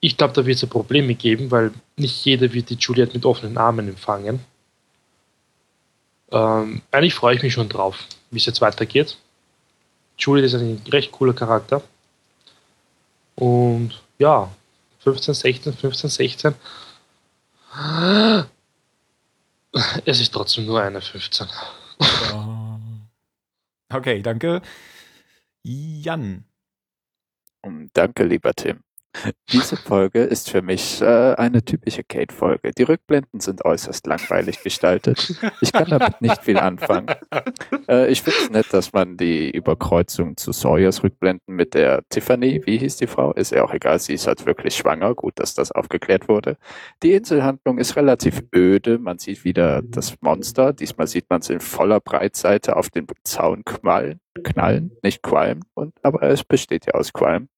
ich glaube, da wird es ja Probleme geben, weil nicht jeder wird die Juliette mit offenen Armen empfangen. Ähm, eigentlich freue ich mich schon drauf, wie es jetzt weitergeht. Juliet ist ein recht cooler Charakter. Und ja, 15, 16, 15, 16. Es ist trotzdem nur eine 15. Okay, danke. Jan. Um, Danke, lieber Tim. Diese Folge ist für mich äh, eine typische Kate-Folge. Die Rückblenden sind äußerst langweilig gestaltet. Ich kann damit nicht viel anfangen. Äh, ich finde es nett, dass man die Überkreuzung zu Sawyers Rückblenden mit der Tiffany, wie hieß die Frau, ist ja auch egal, sie ist halt wirklich schwanger. Gut, dass das aufgeklärt wurde. Die Inselhandlung ist relativ öde. Man sieht wieder das Monster. Diesmal sieht man es in voller Breitseite auf den Zaun knallen, knallen nicht qualmen, und, aber es besteht ja aus Qualm.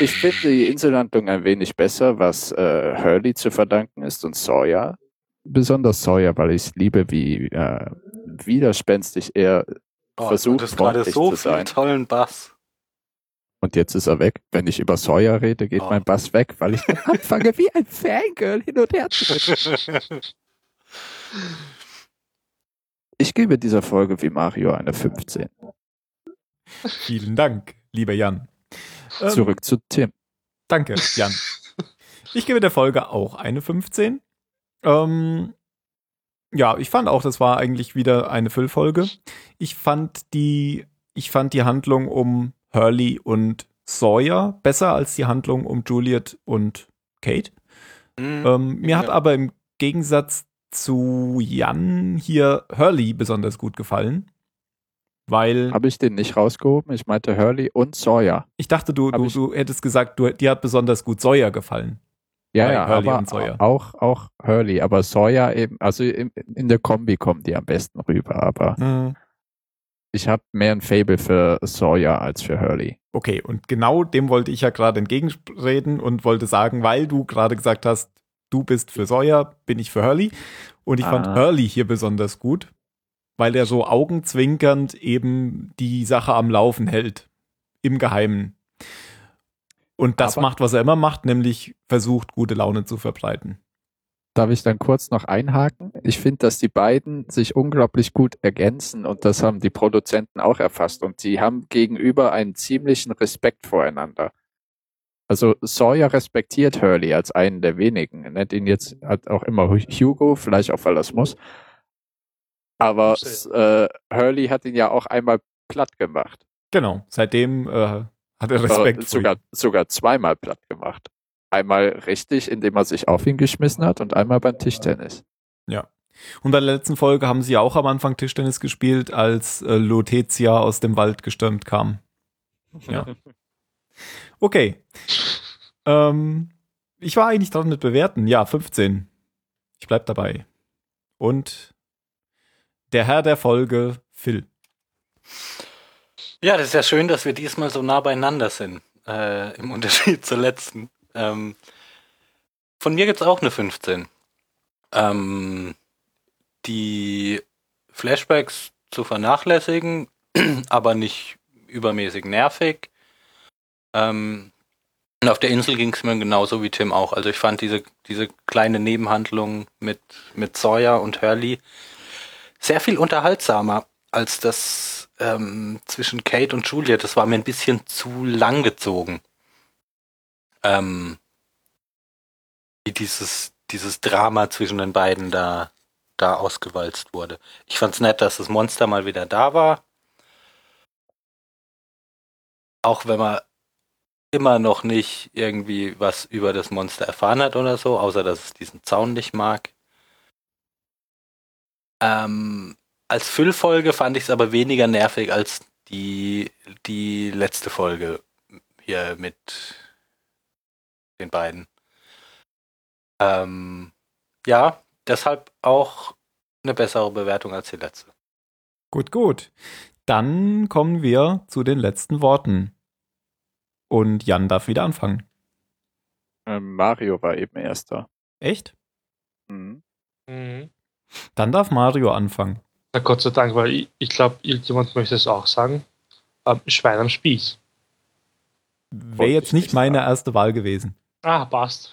Ich finde die Inselhandlung ein wenig besser, was äh, Hurley zu verdanken ist und Sawyer. Besonders Sawyer, weil ich es liebe, wie äh, widerspenstig er Oh, versucht, du hattest gerade freundlich so zu viel sein. tollen Bass. Und jetzt ist er weg. Wenn ich über Sawyer rede, geht Oh. mein Bass weg, weil ich dann anfange, wie ein Fangirl hin und her zu reden. Ich gebe dieser Folge wie Mario eine 15. Vielen Dank, lieber Jan. Ähm, Zurück zu Tim. Danke, Jan. Ich gebe der Folge auch eine 15. Ähm, ja, ich fand auch, das war eigentlich wieder eine Füllfolge. Ich fand die, ich fand die Handlung um Hurley und Sawyer besser als die Handlung um Juliet und Kate. Mhm. Hm, Ähm, mir hat Ja. aber im Gegensatz zu Jan hier Hurley besonders gut gefallen. Weil Habe ich den nicht rausgehoben? Ich meinte Hurley und Sawyer. ich dachte, du, hab du, ich- du hättest gesagt, du, dir hat besonders gut Sawyer gefallen. Ja, Nein, ja, Hurley aber und Sawyer. auch auch Hurley, aber Sawyer eben, also in, in der Kombi kommen die am besten rüber, aber ich habe mehr ein Fable für Sawyer als für Hurley. Okay, und genau dem wollte ich ja gerade entgegenreden und wollte sagen, weil du gerade gesagt hast, du bist für Sawyer, bin ich für Hurley. Und ich fand Ah. Hurley hier besonders gut, weil er so augenzwinkernd eben die Sache am Laufen hält. Im Geheimen. Und das Aber- macht, was er immer macht, nämlich versucht, gute Laune zu verbreiten. Darf ich dann kurz noch einhaken? Ich finde, dass die beiden sich unglaublich gut ergänzen und das haben die Produzenten auch erfasst und die haben gegenüber einen ziemlichen Respekt voreinander. Also Sawyer respektiert Hurley als einen der wenigen, Er nennt ihn jetzt hat auch immer Hu- Hugo, vielleicht auch weil er es muss. Aber äh, Hurley hat ihn ja auch einmal platt gemacht. Genau, seitdem äh, hat er Respekt. Äh, vor ihm. sogar, sogar zweimal platt gemacht. Einmal richtig, indem er sich auf ihn geschmissen hat und einmal beim Tischtennis. Und bei der letzten Folge haben sie ja auch am Anfang Tischtennis gespielt, als äh, Lutetia aus dem Wald gestürmt kam. (laughs) Ja. Okay. Ähm, ich war eigentlich dran mit bewerten. Ja, 15. Ich bleib dabei. Und der Herr der Folge, Phil. Ja, das ist ja schön, dass wir diesmal so nah beieinander sind. Äh, Im (laughs) Unterschied zur letzten. Ähm, von mir gibt's auch eine 15. Ähm, die Flashbacks zu vernachlässigen, (clears throat) aber nicht übermäßig nervig. Ähm, und auf der Insel ging's mir genauso wie Tim auch. Also ich fand diese, diese kleine Nebenhandlung mit, mit Sawyer und Hurley sehr viel unterhaltsamer als das ähm, zwischen Kate und Juliet, das war mir ein bisschen zu lang gezogen. Ähm, wie dieses, dieses Drama zwischen den beiden da, da ausgewalzt wurde. Ich fand's nett, dass das Monster mal wieder da war. Auch wenn man immer noch nicht irgendwie was über das Monster erfahren hat oder so, außer dass es diesen Zaun nicht mag. Ähm, als Füllfolge fand ich es aber weniger nervig als die, die letzte Folge hier mit den beiden. Ähm, ja, deshalb auch eine bessere Bewertung als die letzte. Gut, gut. Dann kommen wir zu den letzten Worten. Und Jan darf wieder anfangen. Ähm, Mario war eben erster. Echt? Mhm. Mhm. Dann darf Mario anfangen. Na Gott sei Dank, weil ich, ich glaube, irgendjemand möchte es auch sagen. Ähm, Schwein am Spieß. Wäre Wollte jetzt ich nicht nicht meine sagen. erste Wahl gewesen. Ah, passt.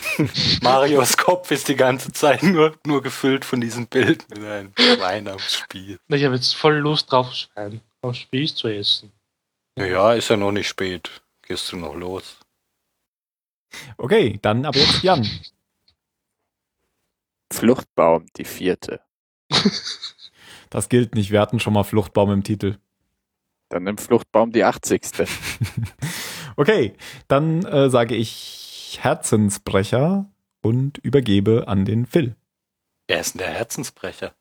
(laughs) Marios Kopf ist die ganze Zeit nur, nur gefüllt von diesen Bildern mit einem Schwein am Spiel. Na, Ich habe jetzt voll Lust drauf, Schwein am Spieß zu essen. Ja, ist ja noch nicht spät. Gehst du noch los? Okay, dann aber jetzt Jan. Fluchtbaum, die vierte. Das gilt nicht. Wir hatten schon mal Fluchtbaum im Titel. (laughs) Dann nimm Fluchtbaum, die (laughs) 80. Okay, dann äh, sage ich Herzensbrecher und übergebe an den Phil. Wer ist denn der Herzensbrecher?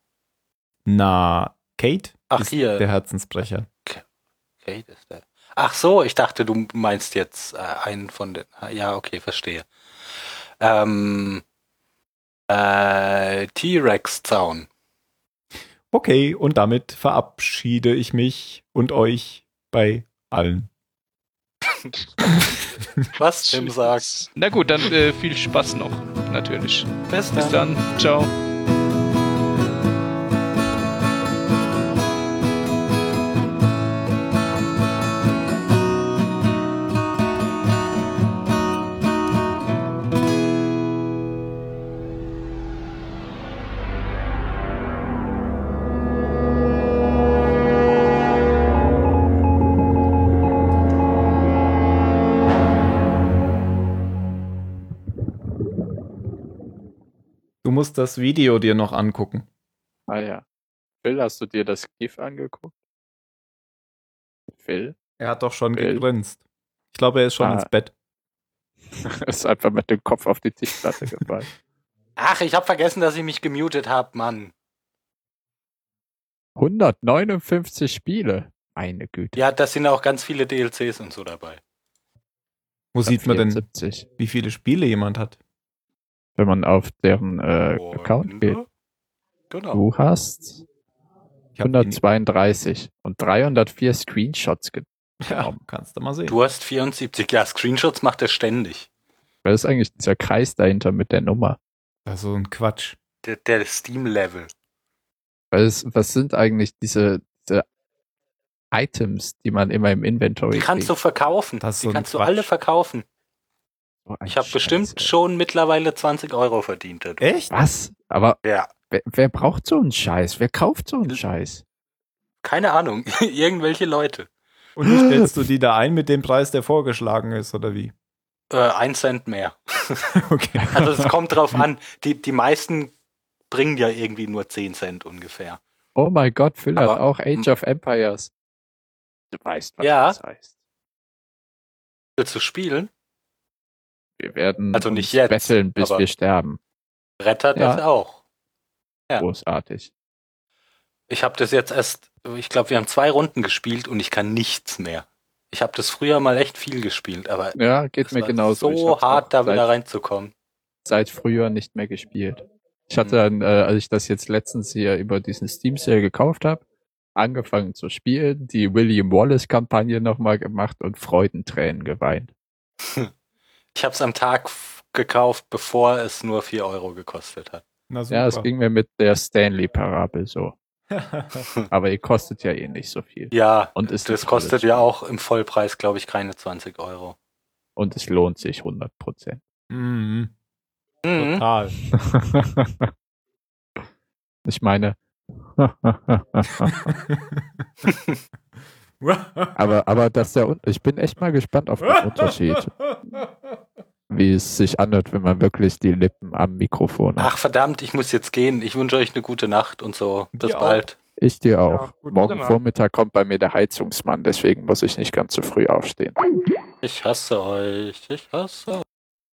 Na, Kate Ach, ist hier. der Herzensbrecher. Kate ist der. Ach so, ich dachte, du meinst jetzt äh, einen von den. Ja, okay, verstehe. Ähm, äh, T-Rex-Zaun. Okay, und damit verabschiede ich mich und euch bei allen. Was Tim sagt. Na gut, dann äh, viel Spaß noch, natürlich. Bis Bis dann. Ciao. Du musst das Video dir noch angucken. Ah ja. Phil, hast du dir das GIF angeguckt? Phil? Er hat doch schon Phil? gegrinst. Ich glaube, er ist schon Ah. ins Bett. (laughs) Ist einfach mit dem Kopf auf die Tischplatte (laughs) gefallen. Ach, ich habe vergessen, dass ich mich gemutet habe, Mann. 159 Spiele. Meine Güte. Ja, das sind auch ganz viele DLCs und so dabei. Wo sieht man denn, 74. wie viele Spiele jemand hat? Wenn man auf deren äh, Oh, Und- ne? Account geht. Genau. Du hast Ich hab ihn- 132 und 304 Screenshots genommen. (laughs) Ja, kannst du mal sehen. Du hast 74. Ja, Screenshots macht er ständig. Weil das ist eigentlich dieser Kreis dahinter mit der Nummer. Also ein Quatsch. Der, der Steam-Level. Weil es, was sind eigentlich diese, diese Items, die man immer im Inventory Die kannst du (laughs) verkaufen. Das ist so ein Die kannst du Quatsch. alle verkaufen. Oh, ein Ich habe Scheiß, bestimmt ey. schon mittlerweile 20 Euro verdient. dadurch. Echt? Was? Aber Ja. wer, wer braucht so einen Scheiß? Wer kauft so einen L- Scheiß? Keine Ahnung. (laughs) Irgendwelche Leute. Und wie stellst du die da ein mit dem Preis, der vorgeschlagen ist, oder wie? (laughs) Äh, ein Cent mehr. Okay. Also es kommt drauf an. Die, die meisten bringen ja irgendwie nur 10 Cent ungefähr. Oh mein Gott, Phil hat Aber- auch Age of Empires. Du weißt, was Ja. das heißt. Willst du Äh, spielen? Wir werden Also nicht uns jetzt, betteln, bis aber- wir sterben. Brettert Ja. das auch. Ja. Großartig. Ich habe das jetzt erst, ich glaube, wir haben zwei Runden gespielt und ich kann nichts mehr. Ich habe das früher mal echt viel gespielt, aber Ja, geht es mir war genauso. Ich so hab's auch hart, da seit- wieder reinzukommen. seit früher nicht mehr gespielt. Ich hatte dann, äh, als ich das jetzt letztens hier über diesen Steam Sale gekauft habe, angefangen zu spielen, die William Wallace Kampagne nochmal gemacht und Freudentränen geweint. Ich habe es am Tag f- gekauft, bevor es nur 4 Euro gekostet hat. Na super. Ja, es ging mir mit der Stanley Parabel so. das Aber ihr kostet Hm. ja eh nicht so viel. Ja, Und ist das ein tolles kostet ja Spiel. auch im Vollpreis, glaube ich, keine 20 Euro. Und es lohnt sich 100 Prozent. (laughs) mhm. Mhm. Total. ich meine, aber, aber das ist ja, un- ich bin echt mal gespannt auf (laughs) den Unterschied, (laughs) wie es sich anhört, wenn man wirklich die Lippen am Mikrofon hat. Ach verdammt, ich muss jetzt gehen. Ich wünsche euch eine gute Nacht und so. Bis Dir auch. bald. Ich dir auch. Ja, gut, Morgen wunderbar. Vormittag kommt bei mir der Heizungsmann, deswegen muss ich nicht ganz so früh aufstehen. Ich hasse euch. Ich hasse